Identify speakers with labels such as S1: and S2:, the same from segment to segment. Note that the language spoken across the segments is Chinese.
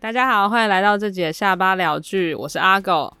S1: 大家好，欢迎来到这集的下巴聊剧，我是阿狗。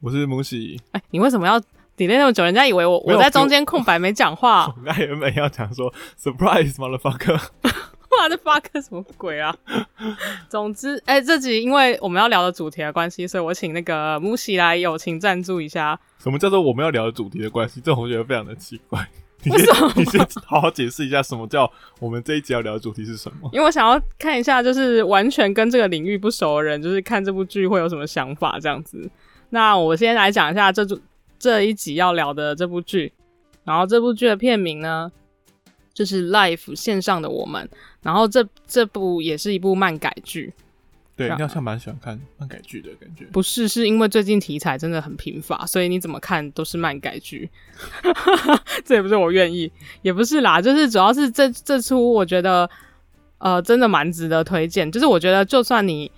S2: 我是母喜，
S1: 哎，你为什么要 delay 那么久？人家以为我我
S2: 没有
S1: 在中间空白没讲话。
S2: 我刚才原本要讲说 surprise motherfucker，
S1: 我的 fuck 什么鬼啊？ 总之，哎、这集因为我们要聊的主题的关系，所以我请那个木喜来友情赞助一下。
S2: 什么叫做我们要聊的主题的关系？这种我觉得非常的奇怪。你先你先好好解释一下，什么叫我们这一集要聊的主题是什么？
S1: 因为我想要看一下，就是完全跟这个领域不熟的人，就是看这部剧会有什么想法这样子。那我先来讲一下这组这一集要聊的这部剧，然后这部剧的片名呢，就是《Life 线上的我们》，然后这这部也是一部漫改剧，
S2: 对，
S1: 是啊
S2: 你好像蛮喜欢看漫改剧的感觉。
S1: 不是是因为最近题材真的很贫乏，所以你怎么看都是漫改剧， 这也不是我愿意，也不是啦，就是主要是这这出我觉得呃真的蛮值得推荐，就是我觉得就算你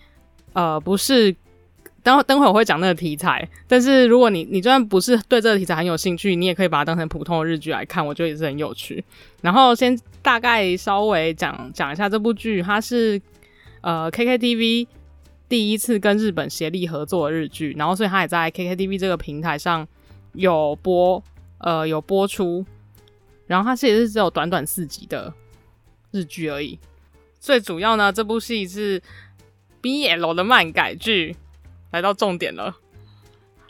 S1: 呃不是。等会等会我会讲那个题材，但是如果你你就算不是对这个题材很有兴趣，你也可以把它当成普通的日剧来看，我觉得也是很有趣。然后先大概稍微讲讲一下这部剧，它是呃 KKTV 第一次跟日本协力合作的日剧，然后所以它也在 KKTV 这个平台上有播，呃，有播出。然后它是也是只有短短四集的日剧而已。最主要呢，这部戏是 BL 的漫改剧，来到重点了，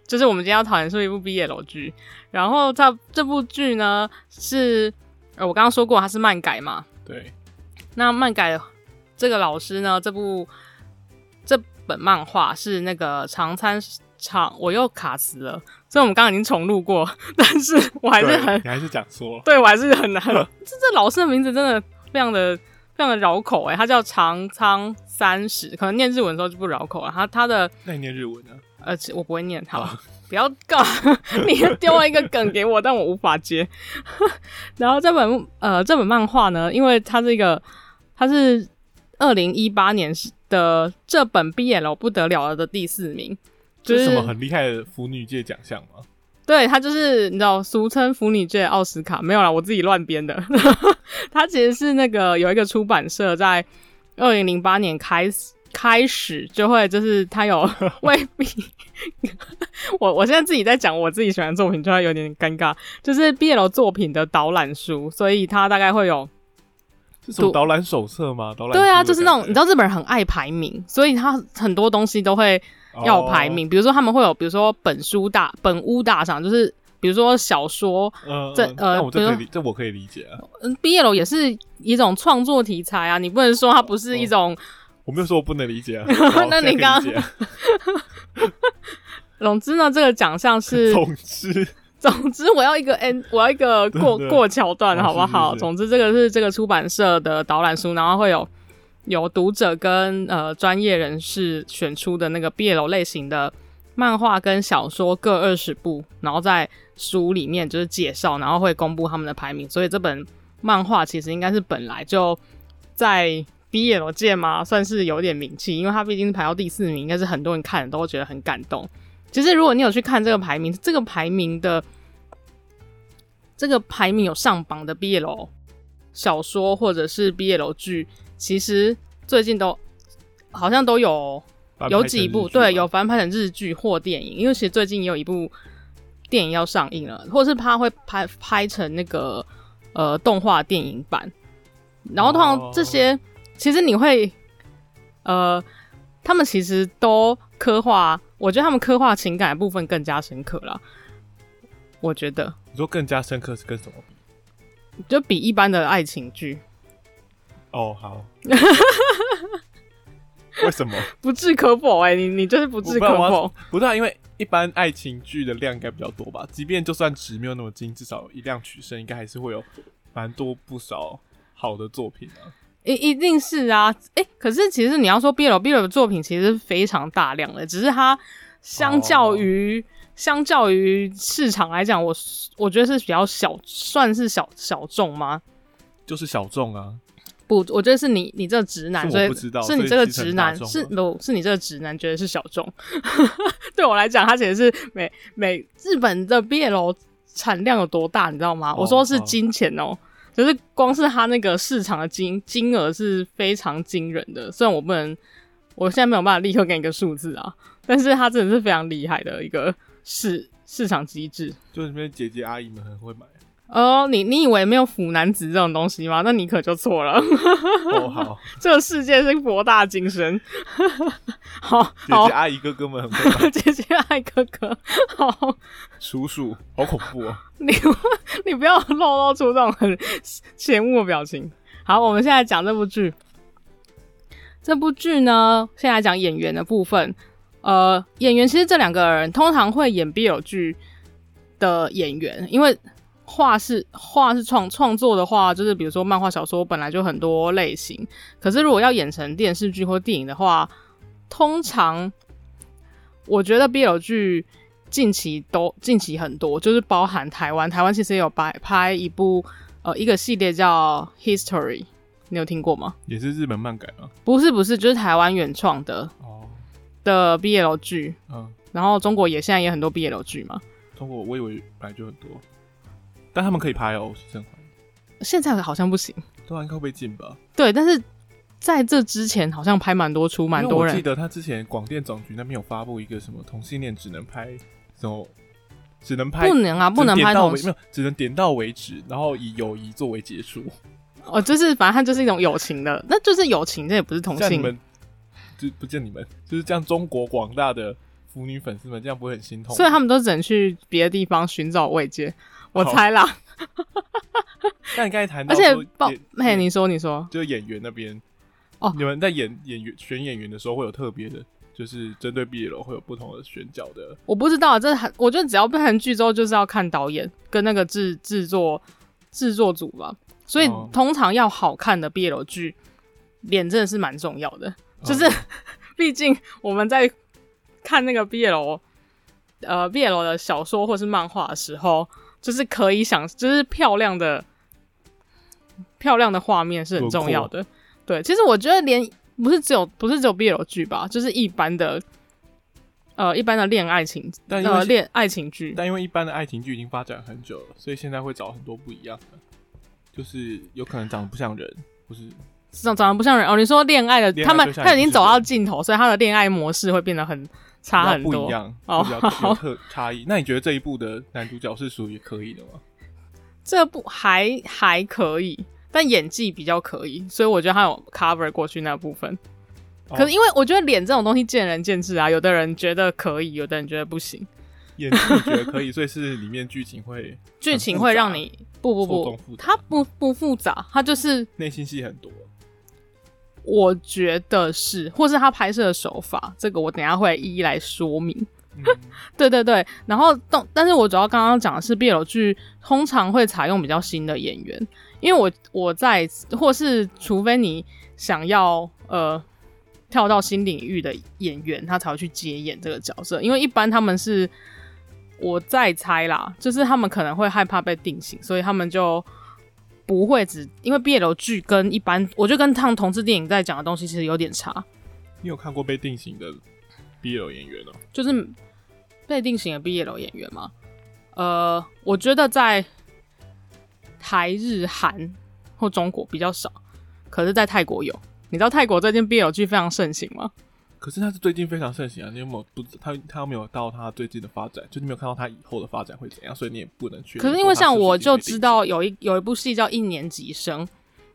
S1: 就是我们今天要讨论是一部 BL 剧。然后它这部剧呢是，呃，我刚刚说过它是漫改嘛，
S2: 对，
S1: 那漫改这个老师呢，这部这本漫画是那个长参长，我又卡词了，所以我们刚刚已经重录过，但是我还是
S2: 对
S1: 很
S2: 你还是讲错了。
S1: 对我还是很难。这这老师的名字真的非常的非常的绕口哎、他叫长仓三十，可能念日文的时候就不绕口了。他他的
S2: 那你念日文呢？啊
S1: 呃，其我不会念，好
S2: 好，
S1: 不要告，你丢了一个梗给我，但我无法接。 然后这本呃这本漫画呢，因为它是一个，它是二零一八年的这本 BL 不得了的第四名，就
S2: 这
S1: 是
S2: 是什么很厉害的腐女界奖项吗？
S1: 对，它就是你知道，俗称腐女界的奥斯卡，没有啦，我自己乱编的。 它其实是那个有一个出版社在二零零八年开始开始就会，就是它有 未必。 我我现在自己在讲我自己喜欢的作品，就会有点尴尬。就是 BL 作品的导览书，所以它大概会有
S2: 是什么
S1: 读
S2: 导览手册吗？导览
S1: 对啊，
S2: 书
S1: 就
S2: 的
S1: 是那种
S2: 感
S1: 你
S2: 觉
S1: 知道日本人很爱排名，所以他很多东西都会要排名，，
S2: 哦
S1: 比如说他们会有，比如说本书大本屋大赏，就是比如说小说，
S2: 哦嗯，
S1: 这
S2: 这
S1: 呃
S2: 那我这可以
S1: 比
S2: 理，这我可以理解啊。
S1: 嗯，BL 也是一种创作题材啊，你不能说它不是一种
S2: 我没有说我不能理解 啊。
S1: 那你刚
S2: 我可以理解啊
S1: 总之呢，这个奖项是，
S2: 总之，
S1: 总之我要一个 N，我要一个过
S2: 对对
S1: 过桥段，
S2: 啊
S1: 好不好？
S2: 是是是
S1: 总之这个是这个出版社的导览书，然后会有有读者跟呃专业人士选出的那个 BL 类型的漫画跟小说各二十部，然后在书里面就是介绍，然后会公布他们的排名。所以这本漫画其实应该是本来就在 BL 界嘛，算是有点名气，因为它毕竟是排到第四名，应该是很多人看了都会觉得很感动。其实如果你有去看这个排名，这个排名的这个排名有上榜的 BL 小说或者是 BL 剧，其实最近都好像都有有几部对有翻拍成日剧或电影，因为其实最近也有一部电影要上映了，或是怕会拍拍成那个呃动画电影版。然后通常
S2: 哦
S1: 这些、其实你会呃，他们其实都刻画，我觉得他们刻画情感的部分更加深刻了。我觉得
S2: 你说更加深刻是跟什么比？
S1: 就比一般的爱情剧
S2: 哦， 好。为什么？
S1: 不置可否哎、你你就是不置
S2: 我不
S1: 可
S2: 然我要
S1: 否。
S2: 不对啊，因为一般爱情剧的量应该比较多吧。即便就算值没有那么精，至少以量取胜，应该还是会有蛮多不少好的作品啊。
S1: 一一定是啊，诶，可是其实你要说 BL BL 的作品其实是非常大量的，只是它相较于、
S2: 哦
S1: 相较于市场来讲，我我觉得是比较小，算是小小众吗？
S2: 就是小众啊，
S1: 不，我觉得是你你这个直男，
S2: 是
S1: 所
S2: 我
S1: 以
S2: 不知道
S1: 是
S2: 所
S1: 你
S2: 以
S1: 这个
S2: 其实
S1: 直
S2: 很
S1: 男
S2: 大众
S1: 是
S2: 啊
S1: 不是你这个直男觉得是小众？ 对我来讲，它其实是美美日本的 BL 产量有多大，你知道吗？
S2: 哦
S1: 我说是
S2: 哦
S1: 金钱哦、就是光是它那个市场的金金额是非常惊人的，虽然我不能我现在没有办法立刻给你一个数字啊，但是它真的是非常厉害的一个市市场机制。
S2: 就是那边姐姐阿姨们很 会买。
S1: 哦，你你以为没有腐男子这种东西吗？那你可就错了。
S2: 哦，好，
S1: 这个世界是博大精深。 好
S2: 姐
S1: 好
S2: 姐，阿姨哥哥们很会买。
S1: 姐姐爱哥哥，好，
S2: 叔叔，好恐怖哦！
S1: 你 你不要露露出这种很嫌恶的表情。好，我们现在讲这部剧。这部剧呢，现在讲演员的部分。呃，演员其实这两个人通常会演 BL 剧的演员，因为画是画是创创作的话，就是比如说漫画、小说本来就很多类型，可是如果要演成电视剧或电影的话，通常我觉得 BL 剧近期都近期很多，就是包含台湾，台湾其实也有拍拍一部呃一个系列叫 History，你有听过吗？
S2: 也是日本漫改啊吗？
S1: 不是不是，就是台湾原创的
S2: 哦，
S1: 的 BL 剧，
S2: 嗯，
S1: 然后中国也现在也很多 BL 剧嘛，
S2: 中国我以为本来就很多，但他们可以拍哦，我是真怀疑。
S1: 现在好像不行，
S2: 对啊，应该会被禁吧？
S1: 对，但是在这之前好像拍蛮多出，蛮
S2: 因为
S1: 多
S2: 我记
S1: 人，
S2: 得他之前广电总局那边有发布一个什么同性恋只能拍什么，只能拍
S1: 不能啊，不
S2: 只
S1: 能
S2: 点
S1: 拍
S2: 到
S1: 同
S2: 为没有，只能点到为止，然后以友谊作为结束。
S1: 哦，就是反正它就是一种友情的，那就是友情，这也不是同
S2: 像你
S1: 性。
S2: 们，就不见你们，就是这样。中国广大的腐女粉丝们，这样不会很心痛吗？
S1: 所以他们都只能去别的地方寻找慰藉，我
S2: 好
S1: 猜啦。
S2: 但你刚才谈到
S1: 而
S2: 说
S1: 且
S2: 演，
S1: 报，嘿，
S2: 演
S1: 你说你说，
S2: 就是演员那边，
S1: 哦
S2: 你们在演演员选演员的时候会有特别的，就是针对 BL 会有不同的选角的。
S1: 我不知道，这很，我觉得只要变成剧之后，就是要看导演跟那个制制作制作组吧。所以
S2: 哦
S1: 通常要好看的 BL 剧，脸真的是蛮重要的。就是
S2: 嗯
S1: 毕竟我们在看那个 BL，呃，BL 的小说或是漫画的时候，就是可以想，就是漂亮的漂亮的画面是很重要的。对，其实我觉得连不是只有不是只有 BL 剧吧，就是一般的。呃，一般的恋爱情，
S2: 但因为
S1: 呃，恋爱情剧，
S2: 但因为一般的爱情剧已经发展很久了，所以现在会找很多不一样的，就是有可能长得不像人，或是
S1: 长长得不像人哦。你说恋爱的，
S2: 恋爱
S1: 他们
S2: 对象
S1: 他
S2: 也
S1: 已
S2: 不
S1: 经
S2: 是
S1: 走
S2: 人
S1: 到尽头，所以他的恋爱模式会变得很
S2: 比
S1: 差
S2: 较
S1: 很
S2: 不
S1: 多
S2: 一。样，
S1: 哦
S2: 比较有特差异。那你觉得这一部的男主角是属于可以的吗？
S1: 这部还还可以，但演技比较可以，所以我觉得他有 cover 过去那部分。
S2: 哦
S1: 可是因为我觉得脸这种东西见仁见智啊，有的人觉得可以，有的人觉得不行。
S2: 演技你觉得可以，所以是里面剧情会
S1: 剧情会让你不不
S2: 错综复
S1: 不，
S2: 杂
S1: 它不不复杂，它就是
S2: 内心戏很多。
S1: 我觉得是，或是他拍摄的手法，这个我等一下会一一来说明。
S2: 嗯，
S1: 对对对，然后但但是我主要刚刚讲的是 BL 剧通常会采用比较新的演员，因为我我在或是除非你想要呃跳到新领域的演员，他才会去接演这个角色，因为一般他们是我在猜啦，就是他们可能会害怕被定型，所以他们就。不会只因为 BL 剧跟一般，我觉得跟唱同志电影在讲的东西其实有点差，
S2: 你有看过被定型的 BL 演员哦、
S1: 就是被定型的毕业楼演员嘛。呃，我觉得在台日韩或中国比较少，可是，在泰国有。你知道泰国最近 BL 剧非常盛行吗？
S2: 可是他是最近非常盛行啊，你有没有不知他他没有到他最近的发展，就你没有看到他以后的发展会怎样，所以你也不能去。
S1: 可是因为像我就知道有一有一部戏叫《一年级生》，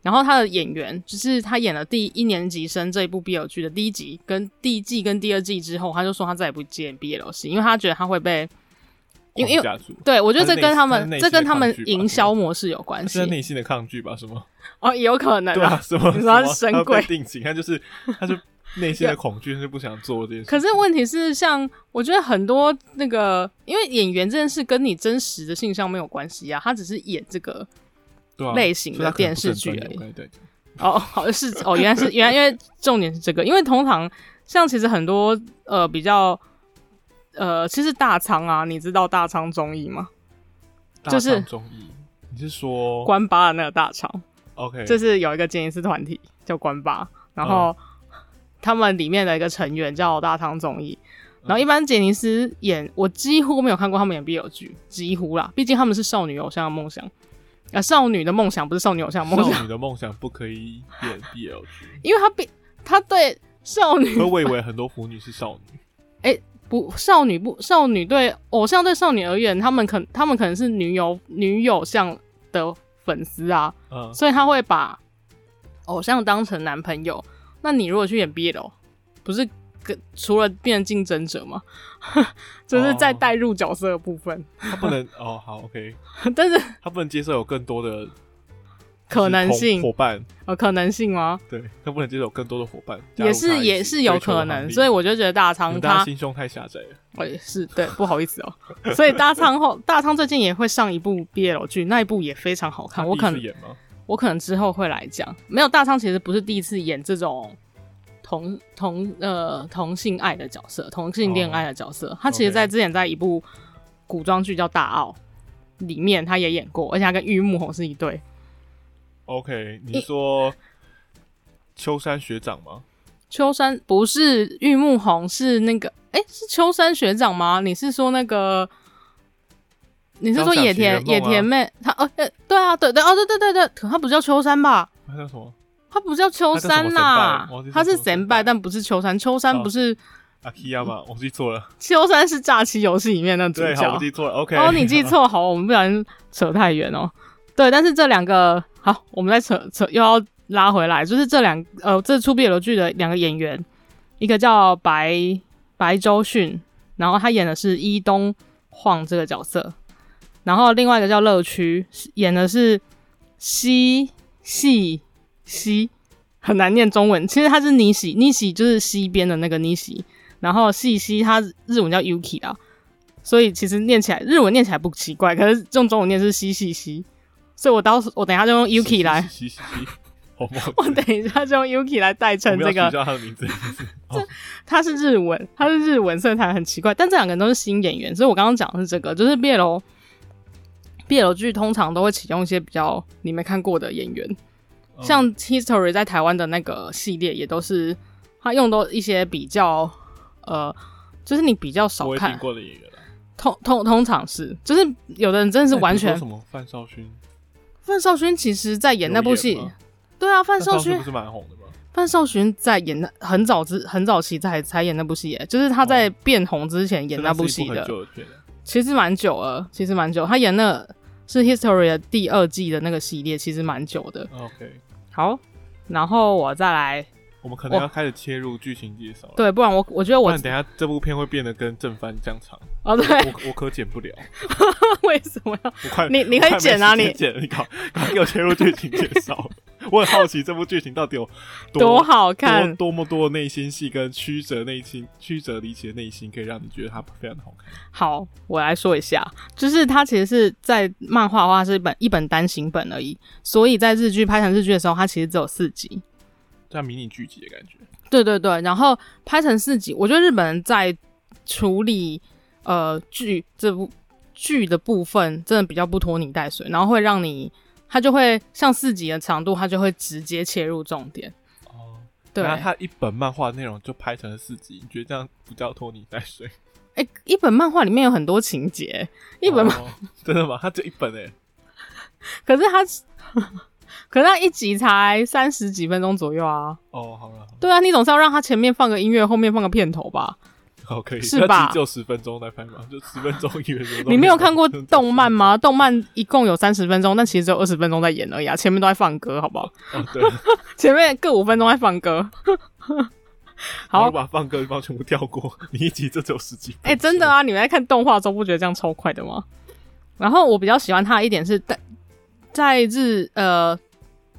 S1: 然后他的演员就是他演了第一年级生这一部 BL 剧的第一集、跟第一季跟第二季之后，他就说他再也不接 BL 戏，因为他觉得他会被，因为因为
S2: 家族，
S1: 对我觉得
S2: 他
S1: 这
S2: 内
S1: 跟他
S2: 他内
S1: 们
S2: 心
S1: 这
S2: 的
S1: 跟他
S2: 抗
S1: 们
S2: 拒吧
S1: 营销模式有关
S2: 他
S1: 系
S2: 是他。内心的抗拒吧？什么？
S1: 哦，也有 可能
S2: 对啊，什么？
S1: 你说他
S2: 什么
S1: 是神
S2: 他被
S1: 鬼啊
S2: 定型，他就是他就内心的恐惧，他就不想做这件事。
S1: 可是问题是，像我觉得很多那个，因为演员这件事跟你真实的性向没有关系啊，他只是演这个
S2: 对啊
S1: 类型的
S2: 所以他可能
S1: 电视剧
S2: 不是
S1: 而
S2: 很专
S1: 已
S2: 业我刚才在讲
S1: 哦，好是哦，原来是原来因为重点是这个，因为通常像其实很多呃比较呃，其实大仓啊，你知道大仓综艺吗？就
S2: 大
S1: 是
S2: 唱综艺，你是说
S1: 关八的那个大仓，
S2: OK？
S1: 就是有一个杰尼斯团体叫关八，然后他们里面的一个成员叫大仓综艺。然后一般杰尼斯演，我几乎没有看过他们演 BL 剧，几乎啦，毕竟他们是少女偶像的梦想，啊、少女的梦想不是少女偶像的梦想，
S2: 少女的梦想不可以演 BL 剧，
S1: 因为他比他对少女
S2: 可我以为很多腐女是少女，
S1: 不少女不少女对偶像对少女而言，他们可他们可能是女友女友像的粉丝啊，
S2: 嗯，
S1: 所以他会把偶像当成男朋友。那你如果去演 BL，不是跟除了变成竞争者吗？ 就是在
S2: 哦
S1: 带入角色的部分，
S2: 她不能哦，好，OK，
S1: 但是
S2: 她不能接受有更多的
S1: 可能
S2: 就是
S1: 性
S2: 同伙伴，
S1: 有可能性吗？
S2: 对，她不能接受有更多的伙伴，加入
S1: 也
S2: 她
S1: 是
S2: 一起
S1: 也是有
S2: 追求的
S1: 可
S2: 能
S1: 能，
S2: 力
S1: 所以我就觉得大
S2: 你
S1: 仓
S2: 们大家
S1: 他
S2: 心胸太狭窄了，
S1: 我也是对，不好意思哦、所以大仓后大仓最近也会上一部 BL 剧，那一部也非常好
S2: 她
S1: 看，我
S2: 第一
S1: 可
S2: 次
S1: 能
S2: 演吗？
S1: 我可能之后会来讲。没有大仓其实不是第一次演这种同同呃同性爱的角色，同性恋爱的角色。他其实
S2: 哦 OK
S1: 在之前在一部古装剧叫《大奥》里面他也演过，而且他跟玉木宏是一对。
S2: OK，你说秋山学长吗？
S1: 秋山不是玉木宏，是那个哎、是秋山学长吗？你是说那个？你是说
S2: 交响
S1: 野
S2: 情
S1: 田、
S2: 人梦啊
S1: 野田妹？她哦、呃对啊，对对哦，对对对对，可她不叫秋山吧？
S2: 他叫什么？
S1: 她不叫秋山
S2: 她叫什么
S1: 呐、
S2: senpai 忘记叫
S1: 她是
S2: 什么
S1: senpai，
S2: senpai
S1: 但不是秋山。秋山
S2: 哦
S1: 不是、
S2: 阿 k i y a
S1: 嗯
S2: 嘛，我记错了。
S1: 秋山是诈欺游戏里面那主
S2: 对，好，我
S1: 角。
S2: 记错了。OK，
S1: 哦，你记。 错，好，我们不小心扯太远哦。对，但是这两个好，我们再扯扯又要拉回来，就是这两呃，这出 BL 剧的两个演员，一个叫白白周迅，然后他演的是伊东晃这个角色，然后另外一个叫乐区，演的是西系西，很难念中文，其实他是尼喜，尼喜就是西边的那个尼喜，然后细西它日文叫 Yuki 啊，所以其实念起来日文念起来不奇怪，可是用中文念是西西西，所以我到时我等一下就用 Yuki 来，
S2: 嘻嘻嘻，我忘记
S1: 我等一下就用 Yuki 来代
S2: 我
S1: 称
S2: 们
S1: 这
S2: 要取
S1: 个，
S2: 消他的名字。
S1: 它是日文，它是日文，所以才很奇怪。但这两个人都是新演员，所以我刚刚讲的是这个，就是 BL BL 剧通常都会启用一些比较你没看过的演员，
S2: 嗯
S1: 像 History 在台湾的那个系列也都是他用到一些比较呃，就是你比较少
S2: 我也
S1: 看
S2: 听。过的演员了，
S1: 通通通常是，就是有的人真的是
S2: 那你
S1: 完
S2: 说
S1: 全
S2: 什。么范少勋
S1: 范少勋其实在演那部戏
S2: 有演吗，
S1: 对啊，范
S2: 范
S1: 少
S2: 少
S1: 勋
S2: 不，是蛮红的吗？
S1: 范少勋在演那很早之很早期才才演那部戏耶，就是他在
S2: 哦
S1: 变红之前演
S2: 真
S1: 那
S2: 的
S1: 部
S2: 是一
S1: 戏
S2: 部
S1: 的
S2: 很，久的片了
S1: 其实蛮久了，其实蛮久。他演那是 History 的第二季的那个系列，其实蛮久的。
S2: 哦 OK，
S1: 好，然后我再来，
S2: 我们可能
S1: 我
S2: 要开始切入剧情介绍了。
S1: 对，不然我我觉得
S2: 不
S1: 我
S2: 然等一下这部片会变得跟正番这样长，
S1: 哦对，
S2: 我我可剪不了，
S1: 为什么要
S2: 我 快
S1: 你你可以
S2: 我快没
S1: 剪啊
S2: 时间
S1: 你
S2: 剪你搞搞给我切入剧情介绍， 我很好奇这部剧情到底有
S1: 多好
S2: 多
S1: 看？
S2: 多么多的内心戏跟曲折内心、曲折离奇的内心，可以让你觉得它非常的好看。
S1: 好，我来说一下，就是它其实是在漫画的话是一本一本单行本而已，所以在日剧拍成日剧的时候，它其实只有四集。
S2: 像迷你剧集的感觉。
S1: 对对对，然后拍成四集，我觉得日本人在处理呃剧这部剧的部分，真的比较不拖泥带水，然后会让你，它就会像四集的长度，它就会直接切入重点。
S2: 哦，
S1: 对，
S2: 然后它一本漫画内容就拍成了四集，你觉得这样不叫拖泥带水？
S1: 哎、一本漫画里面有很多情节，一本漫，
S2: 哦真的吗？它就一本欸诶、
S1: 可是它，可是它一集才三十几分钟左右啊。
S2: 哦，好了，好了
S1: 对啊，你总是要让它前面放个音乐，后面放个片头吧？
S2: 好可以。
S1: 是
S2: 那
S1: 吧
S2: 集只有十分钟在拍吗？就十分钟一个人。
S1: 你没有看过
S2: 嗯
S1: 动漫？吗？动漫一共有三十分钟，但其实只有二十分钟在演而已啊，前面都在放歌，好不好？
S2: 哦，对。
S1: 前面各五分钟在放歌。
S2: 我
S1: 好
S2: 就，把放歌的地方全部跳过，你一集就只有十几分钟。
S1: 哎、真的啊！你们在看动画的时候不觉得这样超快的吗？然后我比较喜欢它的一点是，在在日呃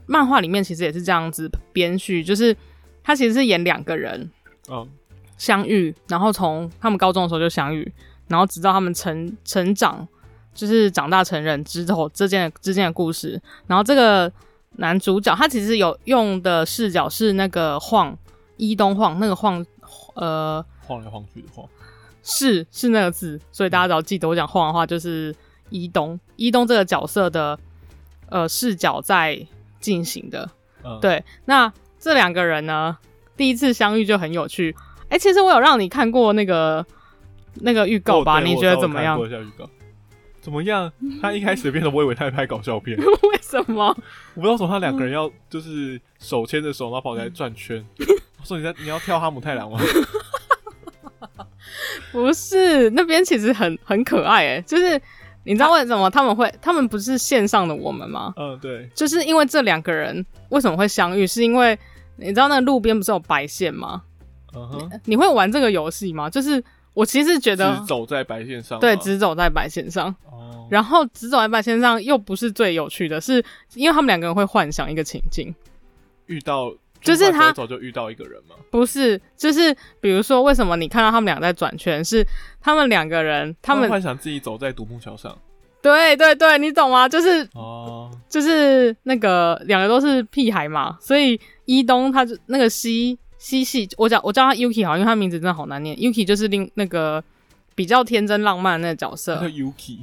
S1: 漫画里面其实也是这样子编序，就是他其实是演两个人，
S2: 哦，
S1: 相遇，然后从他们高中的时候就相遇，然后直到他们成成长，就是长大成人之后之间的之间的故事。然后这个男主角他其实有用的视角是那个晃伊东晃那个晃，呃，
S2: 晃来晃去的晃。
S1: 是是那个字，所以大家只要记得我讲晃的话就是伊东伊东这个角色的呃视角在进行的。
S2: 嗯，，
S1: 对，那这两个人呢，第一次相遇就很有趣。哎、其实我有让你看过那个那个预告吧？
S2: 哦对
S1: 你
S2: 我
S1: 觉得
S2: 稍微
S1: 怎么
S2: 看
S1: 样
S2: 过？一下预告。怎么样？他一开始变得我以为他在拍搞笑片，
S1: 为什么？
S2: 我不知道为什么他两个人要就是手牵着手，然后跑起来转圈。我说你在你要跳哈姆太郎吗？
S1: 不是，那边其实很很可爱诶，就是你知道为什么他们会，他们不是线上的我们吗？
S2: 嗯，对，
S1: 就是因为这两个人为什么会相遇，是因为你知道那路边不是有白线吗？
S2: 嗯哼，
S1: 你会玩这个游戏吗？就是我其实觉得
S2: 只，走在白线上吗，
S1: 对，只走在白线上，
S2: 哦，
S1: 然后只走在白线上又不是最有趣的是，因为他们两个人会幻想一个情境，
S2: 遇到
S1: 就是他
S2: 早就遇到一个人嘛，
S1: 不是，就是比如说为什么你看到他们俩在转圈，是他们两个人，他们
S2: 幻想自己走在独木桥上，
S1: 对对对，你懂吗？就是
S2: 哦，
S1: 嗯就是那个两个都是屁孩嘛，所以一东他就那个西西系，我叫我叫他 Yuki 好，因为他名字真的好难念。Yuki 就是另那个比较天真浪漫的那个角
S2: 那叫
S1: 色，
S2: Yuki，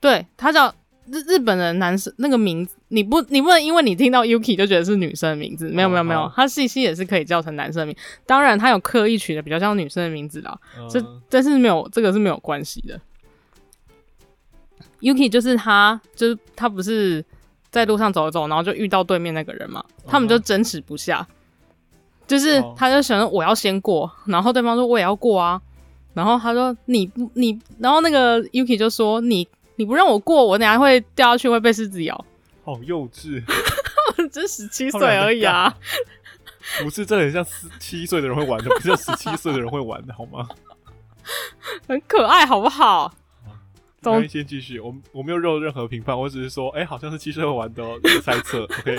S1: 对他叫日日本人男生那个名字，你不你不能因为你听到 Yuki 就觉得是女生的名字，没有没有没有
S2: 好，
S1: 他西西也是可以叫成男生的名，当然他有刻意取的比较像女生的名字啦，
S2: 嗯
S1: 这但是没有这个是没有关系的。Yuki 就是他，就是他不是在路上走一走，然后就遇到对面那个人嘛，他们就争执不下，就是
S2: 哦
S1: 他就想说我要先过，然后对方说我也要过啊，然后他说你不你，然后那个 Yuki 就说你你不让我过，我等下会掉下去会被狮子咬，
S2: 好幼稚，
S1: 只十七岁而已啊，
S2: 不是，这很像十七岁的人会玩的，不是十七岁的人会玩的好吗？
S1: 很可爱好不好？懂
S2: 我们先继续，我们我没有肉任何评判，我只是说，哎、好像是七岁会玩的、哦，这个猜 测，OK。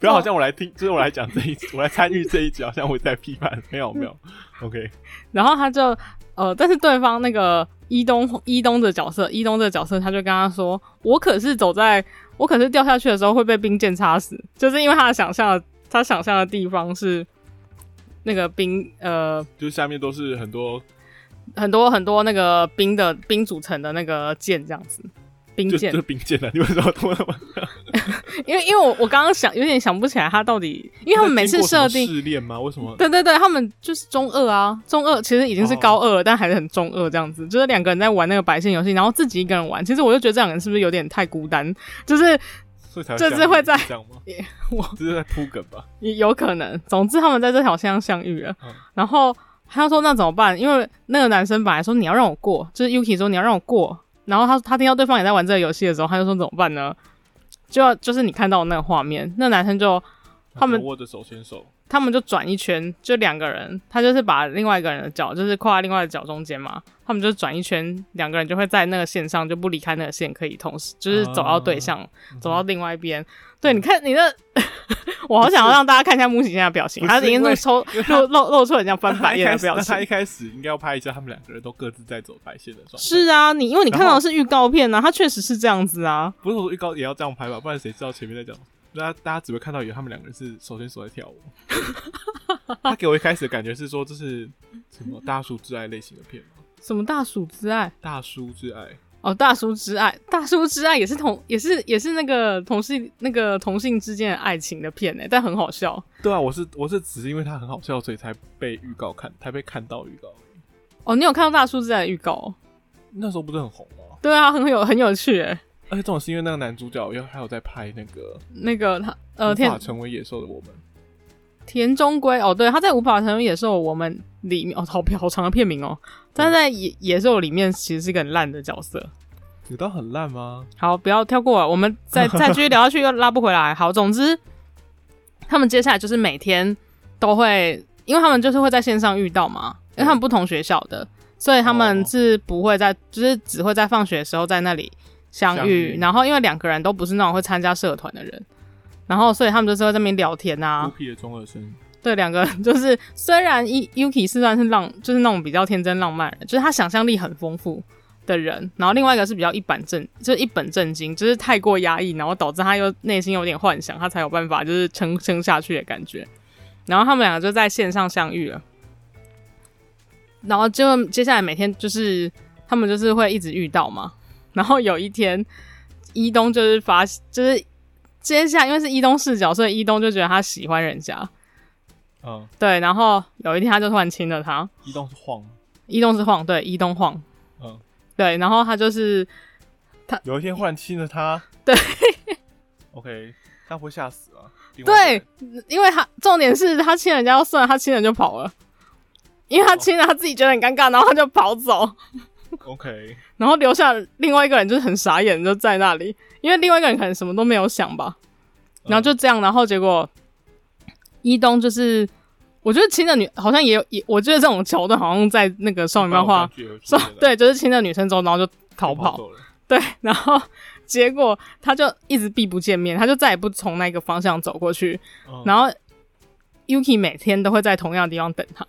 S2: 不要好像我来听，就是我来讲这一，我来参与这一集，好像我在批判，没有没有，OK。
S1: 嗯然后他就呃，但是对方那个伊东伊东的角色，伊东这个角色，他就跟他说：“我可是走在，我可是掉下去的时候会被冰箭插死，就是因为他的想象的，他想象的地方是那个冰呃
S2: 就是下面都是很多，
S1: 很多很多那个冰的冰组成的那个箭这样子。”冰
S2: 就
S1: 箭
S2: 就，是冰剑的，啊你们知道他们
S1: 因为因为我我刚刚想有点想不起来他到底，因为他们 每次设定，
S2: 试炼吗？为什么？
S1: 对对对，他们就是中二啊，中二其实已经是高二了，但还是很中二这样子。就是两个人在玩那个白线游戏，然后自己一个人玩。其实我就觉得这两个人是不是有点太孤单？就是
S2: 所以才
S1: 这
S2: 这
S1: 是
S2: 样
S1: 会在
S2: 这样吗？
S1: 我
S2: 这是在铺梗吧？
S1: 也有可能。总之，他们在这条线上相遇了
S2: 嗯。
S1: 然后他说：“那怎么办？”因为那个男生本来说你要让我过，就是 Yuki 说你要让我过。然后他他听到对方也在玩这个游戏的时候，他就说：“怎么办呢？”就要就是你看到的那个画面，那男生就他们
S2: 握着手牵手，
S1: 他们就转一圈，就两个人，他就是把另外一个人的脚，就是跨在另外的脚中间嘛，他们就转一圈，两个人就会在那个线上就不离开那个线，可以同时就是走
S2: 哦
S1: 到对
S2: 嗯
S1: 象，走到另外一边。对，你看你的， 我好想要让大家看一下木喜现在的表情，
S2: 不是
S1: 他已经
S2: 因为
S1: 露抽 露露露出很像翻白眼的表
S2: 那 他一
S1: 情。
S2: 开始应该要拍一下他们两个人都各自在走白线的状态。
S1: 是啊，你因为你
S2: 然
S1: 看到
S2: 后
S1: 的是预告片啊，他确实是这样子啊。
S2: 不是说预告也要这样拍吧？不然谁知道前面在讲？大家大家只会看到有他们两个人是手牵手在跳舞。他给我一开始的感觉是说这是什么大叔之爱类型的片吗？
S1: 什么大啊叔之爱？
S2: 大叔之爱，
S1: 哦，大叔之爱，大叔之爱也是同也是也是那个同性那个同性之间的爱情的片诶、但很好笑。
S2: 对啊，我是我是只是因为他很好笑，所以才被预告看，才被看到预告。
S1: 哦，你有看到大叔之爱的预告、哦？
S2: 那时候不是很红吗？
S1: 对啊，很有很有趣诶。
S2: 而且这种是因为那个男主角要还有在拍那个
S1: 那个他呃
S2: 无
S1: 田
S2: 法成为野兽的我们，
S1: 田中圭哦，对，他在《无法成为野兽》我们里面哦，好好长的片名哦，但
S2: 嗯
S1: 在野野兽里面其实是一个很烂的角色。
S2: 有到很烂吗？
S1: 好，不要跳过了，我们 再再继续聊下去又拉不回来。好，总之他们接下来就是每天都会，因为他们就是会在线上遇到嘛，因为他们不同学校的，所以他们
S2: 哦
S1: 是不会在，就是只会在放学的时候在那里相遇。
S2: 相遇
S1: 然后因为两个人都不是那种会参加社团的人，然后所以他们就是会在那边聊天啊
S2: 孤，僻的中二生，
S1: 对，两个 人就是虽然 Y- Yuki 是算是浪，就是那种比较天真浪漫的人，就是他想象力很丰富的人，然后另外一个是比较一本正，就是一本正经，就是太过压抑，然后导致他又内心有点幻想，他才有办法就是撑撑下去的感觉。然后他们两个就在线上相遇了，然后就接下来每天就是他们就是会一直遇到嘛，然后有一天一东就是发就是接下来因为是一东视角，所以一东就觉得他喜欢人家。
S2: 嗯，
S1: 对，然后有一天他就突然亲了他，
S2: 一动是晃，
S1: 伊东是晃，对，伊东晃，
S2: 嗯，
S1: 对，然后他就是
S2: 有一天忽然亲了他，
S1: 对
S2: ，OK，他不会吓死啊？另外一个
S1: 对
S2: 人，
S1: 因为他重点是他亲人家就算了，他亲人就跑了，因为他亲了他自己觉得很尴尬，然后他就跑走，
S2: ，OK，
S1: 然后留下另外一个人就是很傻眼，就在那里，因为另外一个人可能什么都没有想吧，然后就这样，然后结果一东就是，我觉得亲的女好像也有，也我觉得这种桥段好像在那个少女漫画，少
S2: 说
S1: 对，就是亲的女生之后，然后就逃跑，
S2: 走了，
S1: 对，然后 结果他就一直避不见面，他就再也不从那个方向走过去，
S2: 嗯
S1: 然后 Yuki 每天都会在同样的地方等他，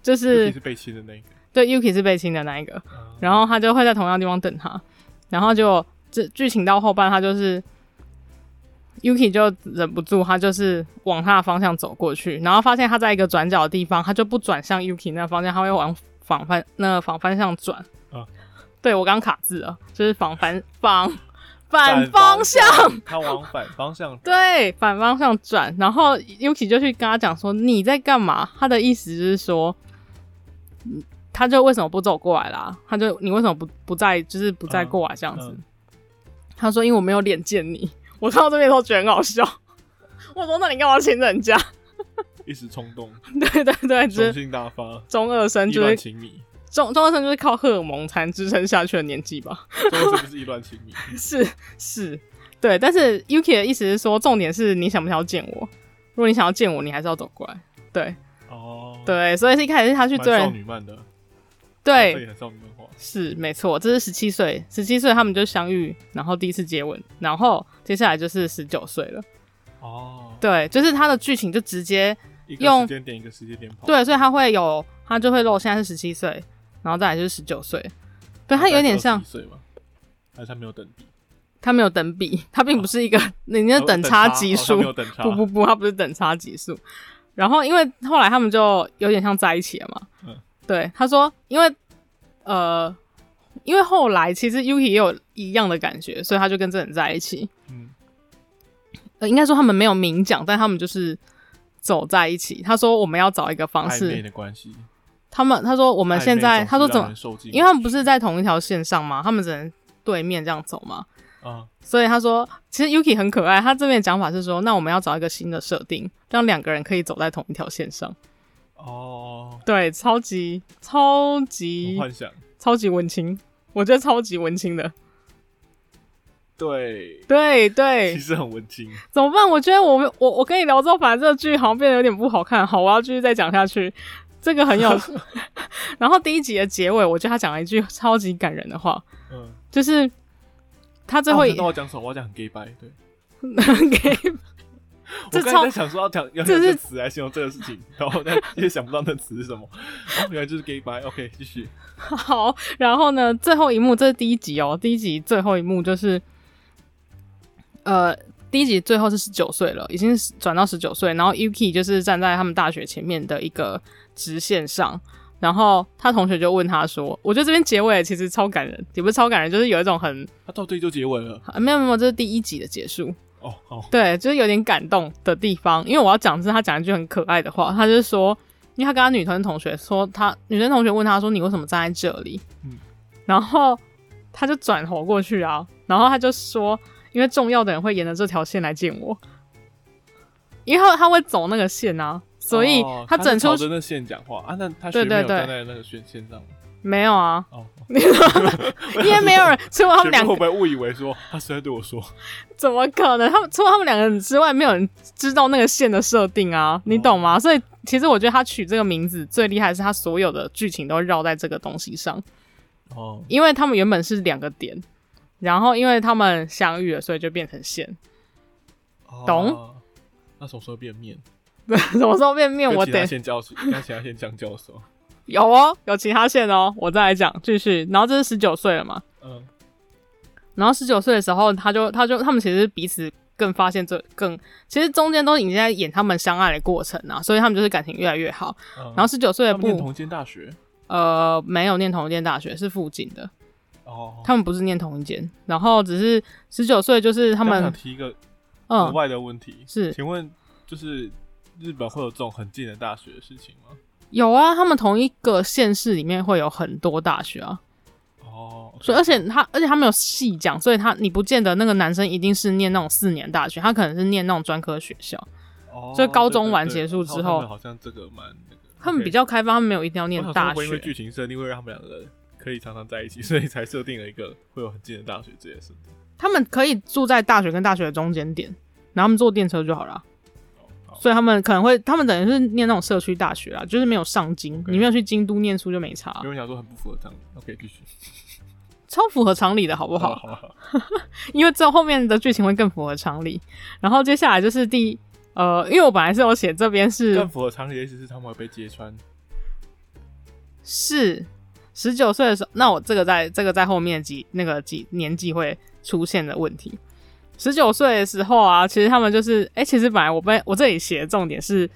S1: 就
S2: 尤其
S1: 是
S2: 是被亲的那一个，
S1: 对 Yuki 是被亲的那一个，
S2: 嗯
S1: 然后他就会在同样地方等他，然后就这剧情到后半，他就是 Yuki 就忍不住，他就是往他的方向走过去，然后发现他在一个转角的地方，他就不转向 Yuki 那方向，他会往反方那反方向转。
S2: 嗯
S1: 对我刚卡字了，就是反反反反
S2: 反
S1: 方向。
S2: 他往反方向转，
S1: 对，反方向转，然后 Yuki 就去跟他讲说你在干嘛？他的意思就是说，嗯他就为什么不走过来啦？他就你为什么不不再就是不再过来这样子？
S2: 嗯
S1: 他说因为我没有脸见你。我看到这边都觉得很好笑。我说那你干嘛亲人家？
S2: 一时冲动，
S1: 对对对，就
S2: 雄
S1: 是
S2: 性大发，
S1: 中二生
S2: 意
S1: 就
S2: 乱
S1: 是
S2: 情迷，
S1: 中中二生就是靠荷尔蒙才支撑下去的年纪吧。
S2: 这不是意乱情迷，
S1: 是是，对。但是 Yuki 的意思是说，重点是你想不想要见我？如果你想要见我，你还是要走过来。对
S2: 哦，，
S1: 对，所以是一开始是他去追
S2: 蛮少
S1: 人，
S2: 女啊漫的，这
S1: 对，
S2: 也很少女漫画，
S1: 是没错，这是十七岁，十七岁他们就相遇，然后第一次接吻，然后接下来就是十九岁了。
S2: 哦，
S1: 对，就是他的剧情就直接
S2: 一个
S1: 用
S2: 时间点一个时间点跑，，
S1: 对，所以他会有他就会露，现在是十七岁，然后再来就是十九岁。对，他有点像，
S2: 岁嘛，还是他没有等比，
S1: 他没有等比，他并不是一个，你
S2: 没
S1: 那
S2: 有
S1: 等差级
S2: 哦哦他
S1: 数
S2: 没，有等差，
S1: 不不不，他不是等差级数。然后因为后来他们就有点像在一起了嘛。
S2: 嗯
S1: 对，他说因为呃，因为后来其实 Yuki 也有一样的感觉，所以他就跟这人在一起。
S2: 嗯，
S1: 呃，应该说他们没有明讲，但他们就是走在一起。他说我们要找一个方
S2: 暧昧
S1: 式，
S2: 的关系，
S1: 他们他说我
S2: 我
S1: 们现在他说怎么，因为他们不是在同一条线上嘛，他们只能对面这样走嘛。
S2: 啊，
S1: 所以他说，其实 Yuki 很可爱。他这边的讲法是说，那我们要找一个新的设定，让两个人可以走在同一条线上。
S2: 哦，
S1: 对，超级超
S2: 很
S1: 级
S2: 幻想，
S1: 超级文青，我觉得超级文青的。
S2: 对，
S1: 对
S2: 其
S1: 对，
S2: 实很文青，
S1: 怎么办？我觉得我们我我跟你聊之后，反正这个剧好像变得有点不好看。好，我要继续再讲下去。这个很 有。 然后第一集的结尾，我觉得他讲了一句超级感人的话，
S2: 嗯，
S1: 就是他最
S2: 啊
S1: 后
S2: 我
S1: 一
S2: 知道我讲什么，我要讲很 gay 白，对。
S1: 给这
S2: 我刚
S1: 超
S2: 才在想说要讲要
S1: 这
S2: 用
S1: 是
S2: 这词来形容这个事情，然后但也想不到那词是什么。哦，原来就是 gay bye。OK，继续。
S1: 好，然后呢，最后一幕这是第一集哦，第一集最后一幕就是，呃，第一集最后是十九岁了，已经是转到十九岁，然后 Yuki 就是站在他们大学前面的一个直线上，然后他同学就问他说，我觉得这边结尾其实超感人，也不是超感人，就是有一种很、
S2: 他到这里就结尾了。
S1: 啊没有没有，这是第一集的结束，
S2: 哦，好，
S1: 对，就是有点感动的地方，因为我要讲的是他讲一句很可爱的话，他就是说，因为他跟他女生同学说他，女生同学问他说你为什么站在这里？
S2: 嗯
S1: 然后他就转头过去啊，然后他就说，因为重要的人会沿着这条线来见我，因为他他会走那个线啊，所以
S2: 哦
S1: 他
S2: 是
S1: 整出、
S2: 朝着那线讲话啊，那他
S1: 对
S2: 学
S1: 对
S2: 妹有
S1: 对
S2: 站在那个线线上吗
S1: 没有 啊，
S2: 哦，
S1: 因为没有人，除了他
S2: 学
S1: 们
S2: 妹
S1: 两个
S2: 会不，会误以为说他是在对我说？
S1: 怎么可能？他们除了他们两个人之外，没有人知道那个线的设定
S2: 哦
S1: 啊，你懂吗？所以其实我觉得他取这个名字最厉害，是他所有的剧情都绕在这个东西上，
S2: 哦，
S1: 因为他们原本是两个点，然后因为他们相遇了，所以就变成线。 懂
S2: 哦？那什么时候变面？
S1: 什么时候变面？
S2: 跟
S1: 我
S2: 其他
S1: 得
S2: 线教授，跟其他线将教授。
S1: 有哦，有其他线哦，我再来讲继续。然后这是十九岁了嘛，
S2: 嗯，
S1: 然后十九岁的时候，他就他就他们其实彼此更发现这更，其实中间都已经在演他们相爱的过程啊，所以他们就是感情越来越好。
S2: 然
S1: 然后十九岁
S2: 他
S1: 的
S2: 们
S1: 不
S2: 念同一间大学。
S1: 呃，没有念同一间大学，是附近的，
S2: 哦，
S1: 他们不是念同一间，然后只是十九岁，就是他
S2: 但我想
S1: 们，
S2: 提一个额
S1: 嗯，
S2: 外的问题，
S1: 是
S2: 请问就是日本会有这种很近的大学的事情吗？
S1: 有啊，他们同一个县市里面会有很多大学啊，
S2: 哦哦，
S1: 所以，而且他，而且他没有细讲，所以他你不见得那个男生一定是念那种四年大学，他可能是念那种专科学校，
S2: 哦
S1: 所以高中
S2: 对对
S1: 完
S2: 对
S1: 结束
S2: 他
S1: 之
S2: 他
S1: 后
S2: 们好像这个蛮那个，
S1: 他们
S2: OK
S1: 比较开放，他们没有一定要念
S2: 我想说
S1: 大
S2: 会不会因为
S1: 学。
S2: 剧情设定会让他们两个人可以常常在一起， 所以才设定了一个会有很近的大学这件事。
S1: 他们可以住在大学跟大学的中间点，然后他们坐电车就好了。啊
S2: 哦好
S1: 所以他们可能会，他们等于是念那种社区大学啊，就是没有上京
S2: OK
S1: 你没有去京都念书就没差啊
S2: 因，为我想说很不符合常理。OK，继续。
S1: 超符合常理的好不好？
S2: 好好，
S1: 因为这后面的剧情会更符合常理。然后接下来就是第呃，因为我本来是有写这边是
S2: 更符合常理的意思是他们会被揭穿。
S1: 是十九岁的时候，那我这个在这个在后面几那个几年纪会出现的问题。十九岁的时候啊，其实他们就是，哎、其实本来我被我这里写的重点是，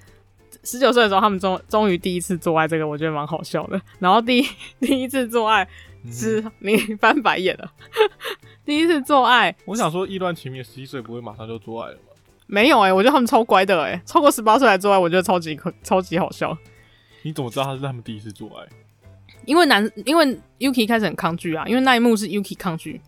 S1: 十九岁的时候他们终终于第一次做爱，这个我觉得蛮好笑的。然后第一 第一次做爱
S2: 嗯
S1: 是、你翻白眼了， 第一次做爱
S2: 我想说，意乱情迷，十七岁不会马上就做爱了吗？
S1: 没有哎、我觉得他们超乖的哎、超过十八岁来做爱，我觉得超级可超级好笑。
S2: 你怎么知道他是他们第一次做爱？
S1: 因为男，因为 Yuki 一开始很抗拒啊，因为那一幕是 Yuki 抗拒，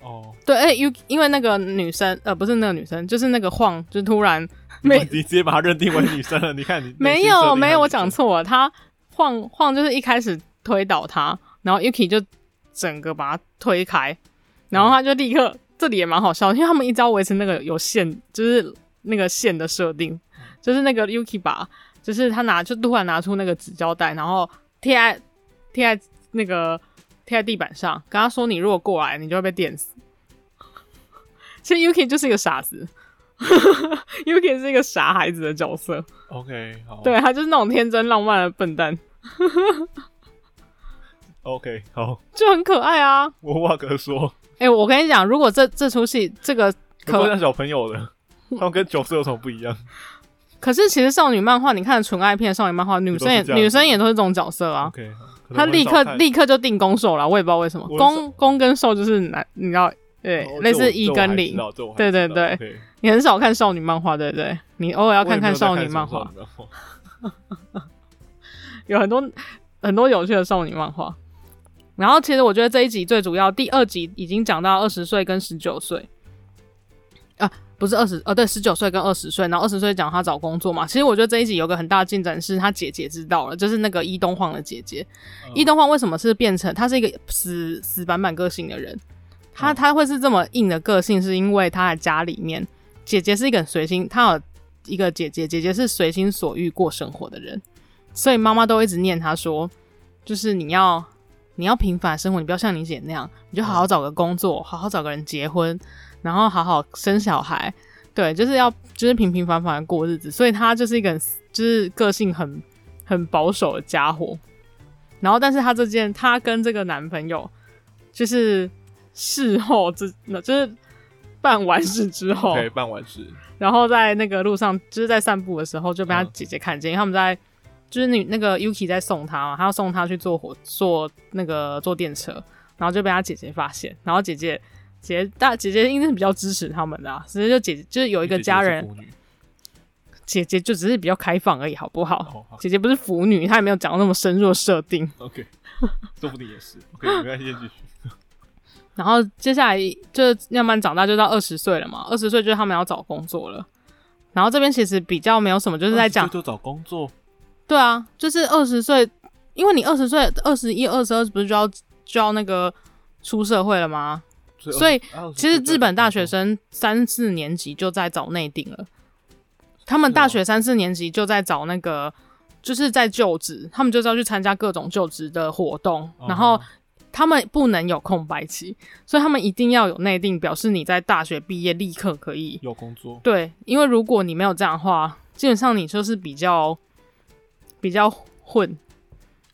S2: 哦，
S1: 对，哎、u 因为那个女生，呃，不是那个女生，就是那个晃，就突然 没
S2: 你直接把他认定为女生了。你看你
S1: 没
S2: 你是设定他
S1: 有
S2: 是
S1: 没有，我
S2: 女生
S1: 讲错了，她晃晃就是一开始推倒她，然后 Yuki 就整个把她推开，然后她就立刻，这里也蛮好笑的，因为他们一直要维持那个有线，就是那个线的设定，就是那个 Yuki 把，就是他拿就突然拿出那个纸胶带，然后贴在贴在那个贴在地板上，跟他说你如果过来，你就会被电死。 其实 Yuki 就是一个傻子 ，Yuki 是一个傻孩子的角色，
S2: OK 好，
S1: 对他就是那种天真浪漫的笨蛋，
S2: OK 好，
S1: 就很可爱啊。
S2: 我无话可说。
S1: 哎、我跟你讲，如果这这出戏这个
S2: 可
S1: 可
S2: 像小朋友的，他们跟九岁有什么不一样？
S1: 可是其实少女漫画，你看纯爱片、少女漫画，女生也
S2: 都是这样子
S1: 女生也都是这种角色啊。
S2: OK，好可能
S1: 他
S2: 我很
S1: 立
S2: 少
S1: 刻
S2: 看
S1: 立刻就定攻受了，我也不知道为什么
S2: 我很少
S1: 攻攻跟受就是男，你知道，对，
S2: 哦
S1: 类
S2: 这我
S1: 似一
S2: 这我还
S1: 跟
S2: 知
S1: 零。
S2: 道这我还
S1: 对对
S2: 知道
S1: 对
S2: OK
S1: 你很少看少女漫画，对不对？你偶尔要
S2: 我也
S1: 看
S2: 没有在
S1: 少
S2: 看
S1: 女
S2: 什么
S1: 漫
S2: 少
S1: 画，
S2: 女漫画。
S1: 有很多很多有趣的少女漫画。然后其实我觉得这一集最主要，第二集已经讲到二十岁跟十九岁，啊，不是二十，呃，对，十九岁跟二十岁，然后二十岁讲他找工作嘛。其实我觉得这一集有个很大的进展是，他姐姐知道了，就是那个伊东晃的姐姐。
S2: 嗯
S1: 伊东晃为什么是变成他是一个死死板板个性的人？他
S2: 嗯
S1: 他会是这么硬的个性，是因为他的家里面姐姐是一个很随心，他有一个姐姐，姐姐是随心所欲过生活的人，所以妈妈都一直念他说，就是你要你要平凡生活，你不要像你姐那样，你就好好找个工作，好好找个人结婚，然后好好生小孩，对，就是要就是平平凡凡的过日子，所以他就是一个很就是个性很很保守的家伙。然后，但是他这件，他跟这个男朋友，就是事后之，那就是办完事之后
S2: OK，办完事，
S1: 然后在那个路上，就是在散步的时候就被他
S2: 嗯
S1: 姐姐看见，因为他们在就是你那个 Yuki 在送他嘛，他要送他去坐火坐那个坐电车，然后就被他姐姐发现，然后姐姐姐姐大姐姐应该是比较支持他们的、啊，只是就姐姐就是有一个
S2: 姐姐
S1: 家
S2: 是
S1: 人，
S2: 腐女
S1: 姐姐就只是比较开放而已，好不好？
S2: 哦好
S1: 姐姐不是腐女，她也没有讲到那么深入的设定。
S2: ，OK，说不定也是 OK，没关系，继续。
S1: 然后接下来就是慢慢长大，就到二十岁了嘛。二十岁就是他们要找工作了。然后这边其实比较没有什么， 就是在讲
S2: 哦20岁就找工作，
S1: 对啊，就是二十岁，因为你二十岁、二十一、二十二不是就要就要那个出社会了吗？所以
S2: 20
S1: 其实日本大学，
S2: 哦20岁就找工作
S1: 生三四年级就在找内定了，他们
S2: 哦
S1: 大学三四年级就在找那个，就是在就职，他们就是要去参加各种就职的活动，
S2: 嗯
S1: 然后他们不能有空白期，所以他们一定要有内定，表示你在大学毕业立刻可以
S2: 有工作，
S1: 对，因为如果你没有这样的话，基本上你就是比较比较混，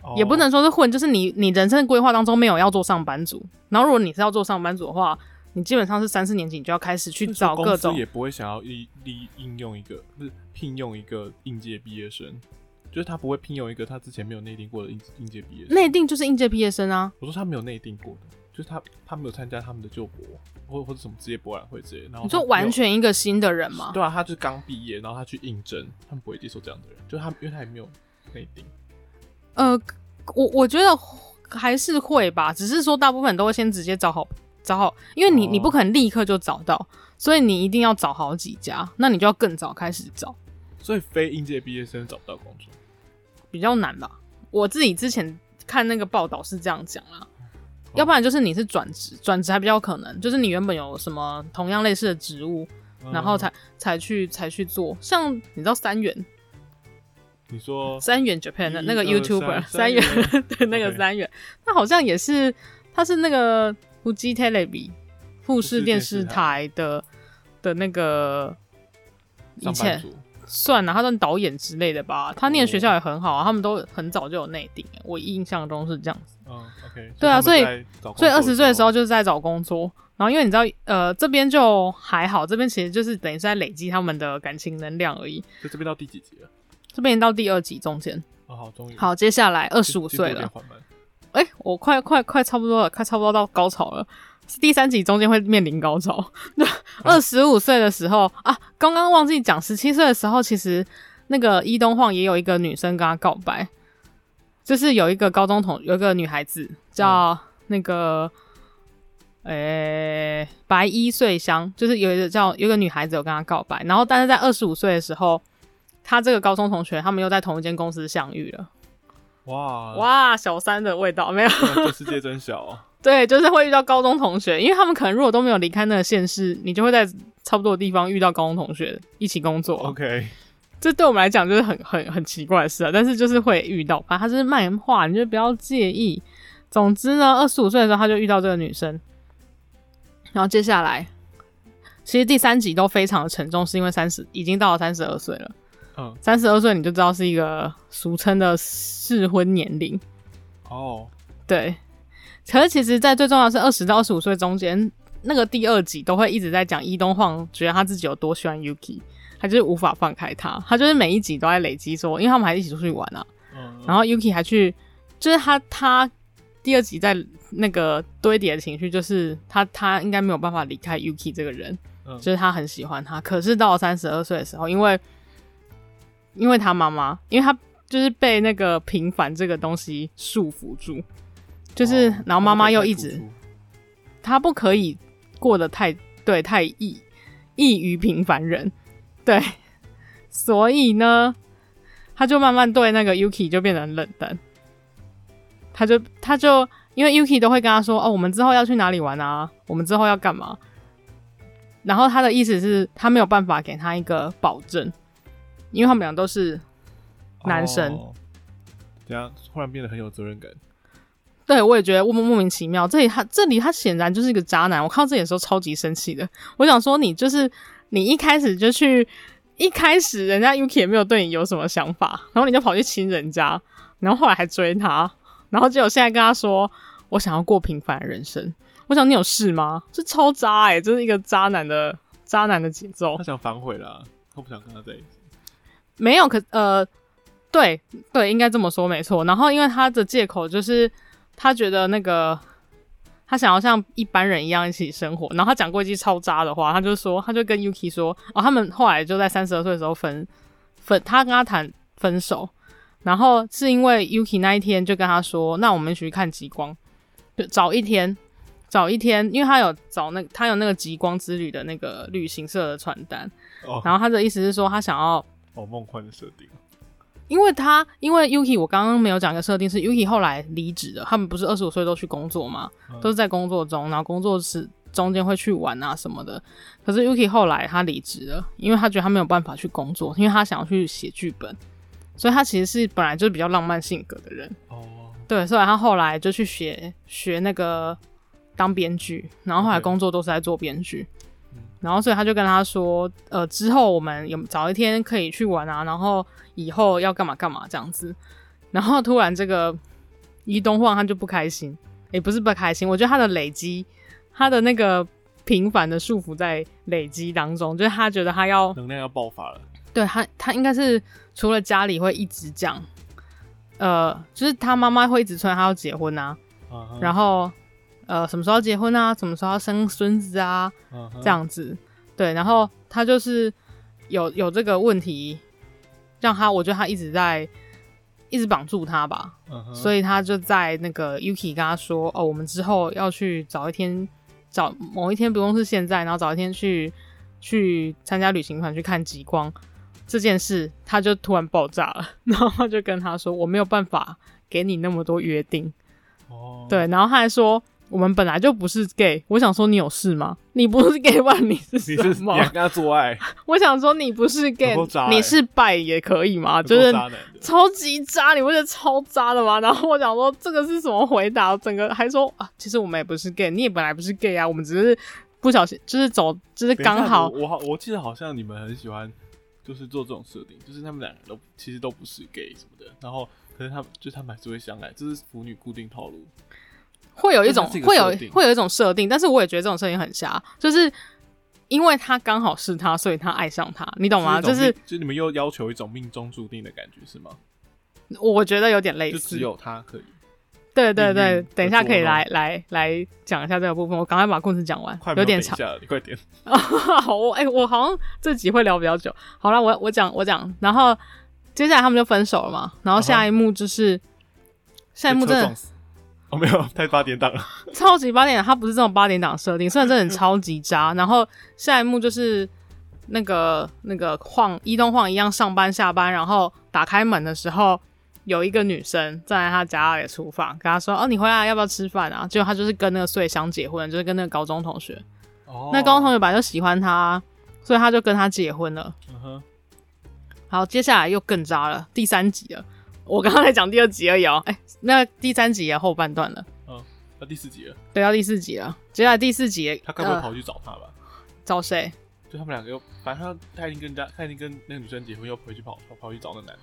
S2: 哦
S1: 也不能说是混，就是你你人生的规划当中没有要做上班族。然后如果你是要做上班族的话，你基本上是三四年级你就要开始去
S2: 就是
S1: 找
S2: 公
S1: 各
S2: 司
S1: 种
S2: 也不会想要利利应用一个，不是聘用一个应届毕业生，就是他不会聘用一个他之前没有内定过的应应届毕业生。
S1: 内定，就是应届毕业生啊。
S2: 我说他没有内定过的，就是他他没有参加他们的就博或或者什么职业博览会之类的，然后
S1: 你
S2: 他
S1: 说
S2: 没有
S1: 完全一个新的人嘛？
S2: 哦对啊，他就是刚毕业，然后他去应征，他们不会接受这样的人，就他因为他也没有内定，
S1: 呃，我我觉得还是会吧，只是说大部分都会先直接找好找好，因为你、
S2: 哦
S1: 你不可能立刻就找到，所以你一定要找好几家，那你就要更早开始找，
S2: 所以非应届毕业生找不到工作，
S1: 比较难吧。我自己之前看那个报道是这样讲啦。要不然就是你是转职，转职还比较有可能，就是你原本有什么同样类似的职务，
S2: 嗯
S1: 然后才才去才去做。像你知道三元
S2: 你说
S1: 哦呃三元 Japan 的
S2: 一
S1: 那个
S2: 二
S1: YouTuber
S2: 三
S1: 三元
S2: 三
S1: 对那个
S2: OK
S1: 三元，那好像也是他是那个 Fuji Television 富士
S2: 士
S1: 电
S2: 电
S1: 视
S2: 视
S1: 台的的那个以
S2: 上
S1: 前
S2: 班族
S1: 算了，他算导演之类的吧。他念学校也很好啊，他们都很早就有内定，我印象中是这样子。
S2: 嗯，OK，
S1: 对啊
S2: 所以
S1: 所
S2: 他们在找工
S1: 所
S2: 作
S1: 以二十岁的时候
S2: 候，
S1: 就是在找工作，然后因为你知道，呃，这边就还好，这边其实就是等于是在累积他们的感情能量而已。
S2: 就这边到第几集啊了？
S1: 这边已经到第二集中间，
S2: 哦，好，终于
S1: 好，接下来二
S2: 二
S1: 十五岁了，
S2: 缓慢。
S1: 哎、我快快快差不多了，快差不多到高潮了。第三集中间会面临高潮。那二十五岁的时候啊，刚刚忘记讲，十七岁的时候，其实那个伊东晃也有一个女生跟他告白，就是有一个高中同有一个女孩子叫那个，呃、白衣穗香，就是有一个叫有一个女孩子有跟他告白，然后但是在二十五岁的时候，他这个高中同学他们又在同一间公司相遇了。
S2: 哇哇，
S1: 哇，小三的味道没有。
S2: 这世界真小哦。
S1: 对，就是会遇到高中同学，因为他们可能如果都没有离开那个县市，你就会在差不多的地方遇到高中同学一起工作。
S2: OK，
S1: 这对我们来讲就是很很很奇怪的事啊，但是就是会遇到，反正他是漫画，你就不要介意。总之呢，二十五岁的时候他就遇到这个女生，然后接下来，其实第三集都非常的沉重，是因为三十已经到了三十二岁了。
S2: 嗯，
S1: 三十二岁你就知道是一个俗称的适婚年龄，
S2: 哦，
S1: 对，可是其实，在最重要的是二十到二十五岁中间，那个第二集都会一直在讲伊东晃觉得他自己有多喜欢 Yuki，他就是无法放开他，他就是每一集都在累积说，因为他们还一起出去玩啊，
S2: 嗯，
S1: 然后 Yuki 还去，就是他他第二集在那个堆叠的情绪，就是他他应该没有办法离开 Yuki 这个人，
S2: 嗯
S1: 就是他很喜欢他，可是到了三十二岁的时候，因为因为他妈妈，因为他就是被那个平凡这个东西束缚住，就是、
S2: 哦
S1: 然后妈妈又一
S2: 他
S1: 直
S2: 们可以
S1: 他不可以过得太对太异异于平凡人，对，所以呢，他就慢慢对那个 Yuki 就变得很冷淡，他就他就因为 Yuki 都会跟他说哦，我们之后要去哪里玩啊，我们之后要干嘛，然后他的意思是，他没有办法给他一个保证，因为他们俩都是
S2: 带付出
S1: 男生
S2: 哦这样忽然变得很有责任感。
S1: 对，我也觉得莫莫名其妙。这里他这里他显然就是一个渣男。我看到这里的时候超级生气的，我想说你就是你一开始就去，一开始人家 Yuki 也没有对你有什么想法，然后你就跑去亲人家，然后后来还追他，然后结果现在跟他说我想要过平凡的人生。我想你有事吗？这超渣哎、欸，这是一个渣男的渣男的节奏
S2: 他。想反悔啦，他不想跟他在一起。
S1: 没有，可呃，对对，应该这么说没错。然后因为他的借口就是他觉得那个他想要像一般人一样一起生活，然后他讲过一句超渣的话，他就说他就跟 Yuki 说，哦，他们后来就在三十二岁的时候分分，他跟他谈分手，然后是因为 Yuki 那一天就跟他说，那我们一起去看极光，就早一天。早一天，因为他有找那他有那个极光之旅的那个旅行社的传单，
S2: 哦
S1: 然后他的意思是说他想要
S2: 哦，梦幻的设定。
S1: 因为他，因为 Yuki，我刚刚没有讲一个设定是 Yuki 后来离职了，他们不是二十五岁都去工作嘛，
S2: 嗯
S1: 都是在工作中，然后工作时中间会去玩啊什么的。可是 Yuki 后来他离职了，因为他觉得他没有办法去工作，因为他想要去写剧本，所以他其实是本来就是比较浪漫性格的人，
S2: 哦，
S1: 对，所以他后来就去学学那个当编剧，然后后来
S2: OK
S1: 工作都是在做编剧
S2: 嗯。
S1: 然后，所以他就跟他说，呃，之后我们有早一天可以去玩啊，然后以后要干嘛干嘛这样子。然后突然这个伊东晃他就不开心，也不是不开心，我觉得他的累积，他的那个平凡的束缚在累积当中，就是他觉得他要
S2: 哦能量要爆发了。
S1: 对他，他应该是除了家里会一直讲，呃，就是他妈妈会一直催他要结婚啊，
S2: 嗯
S1: 然后呃什么时候要结婚啊，什么时候要生孙子啊，
S2: 后
S1: 这，样子。对，然后他就是有有这个问题，让他我觉得他一直在一直绑住他吧，
S2: 嗯哼，
S1: 所以他就在那个 Yuki 跟他说：“哦，我们之后要去找一天，找某一天，不用是现在，然后找一天去去参加旅行团去看极光这件事。”他就突然爆炸了，然后他就跟他说：“我没有办法给你那么多约定。
S2: 哦，”
S1: 对，然后他还说。我们本来就不是 gay，我想说你有事吗？你不是 gay 吧？你是
S2: 你是
S1: 什
S2: 你
S1: 么？
S2: 还跟他做爱，
S1: 我想说你不是 gay，
S2: 有够渣欸
S1: 你是拜也可以吗？
S2: 有
S1: 就
S2: 够
S1: 是
S2: 渣男的
S1: 超级渣，你不觉得超渣的吗？ 然后我想说这个是什么回答？整个还说啊，其实我们也不是 gay，你也本来不是 gay 啊，我们只是不小心，就是走，就是
S2: 等一下
S1: 刚好
S2: 我我好我记得好像你们很喜欢，就是做这种设定，就是他们两个都其实都不是 gay 什么的，然后可是他们就他们还是会相爱，这是腐女固定套路。
S1: 会有一种
S2: 这是一个
S1: 会有
S2: 设定
S1: 会有一种设定，但是我也觉得这种设定很瞎，就是因为他刚好是他，所以他爱上他，你懂吗？啊
S2: 就
S1: 就
S2: 一种
S1: 是
S2: 命就你们又要求一种命中注定的感觉是吗？
S1: 我觉得有点类
S2: 就
S1: 似
S2: 只，有他可以。
S1: 对对
S2: 命
S1: 对
S2: 运的，
S1: 等一下可以
S2: 捉弄
S1: 来来来讲一下这个部分，我赶快把故事讲完
S2: 快，没
S1: 有点
S2: 等一
S1: 长。
S2: 下了，你 快点。
S1: 好，我哎、我好像这集会聊比较久。好了，我我讲我讲，然后接下来他们就分手了嘛。然后下一幕就是、下一幕
S2: 嗯被
S1: 真
S2: 车
S1: 的
S2: 撞死。哦，没有，太八点档 了。
S1: 超级八点档，它不是这种八点档设定，虽然这很超级渣。然后下一幕就是那个那个晃伊东晃一样上班下班，然后打开门的时候。有一个女生站在他家里的厨房，跟他说：“哦，你回来要不要吃饭啊？”结果他就是跟那个穗香结婚，就是跟那个高中同学。
S2: 哦
S1: 那高中同学本来就喜欢他，啊所以他就跟他结婚了。
S2: 嗯哼，
S1: 好，接下来又更渣了，第三集了。我刚刚才讲第二集而已哦，哎、那第三集也后半段了，
S2: 那第四集了，
S1: 对，到第四集了。接下来第四集也，
S2: 他该不会
S1: 呃
S2: 跑去找他吧？
S1: 找谁？
S2: 就他们两个又，反正他他已经跟人家，他已经跟那个女生结婚，又回去跑跑跑去找那男的，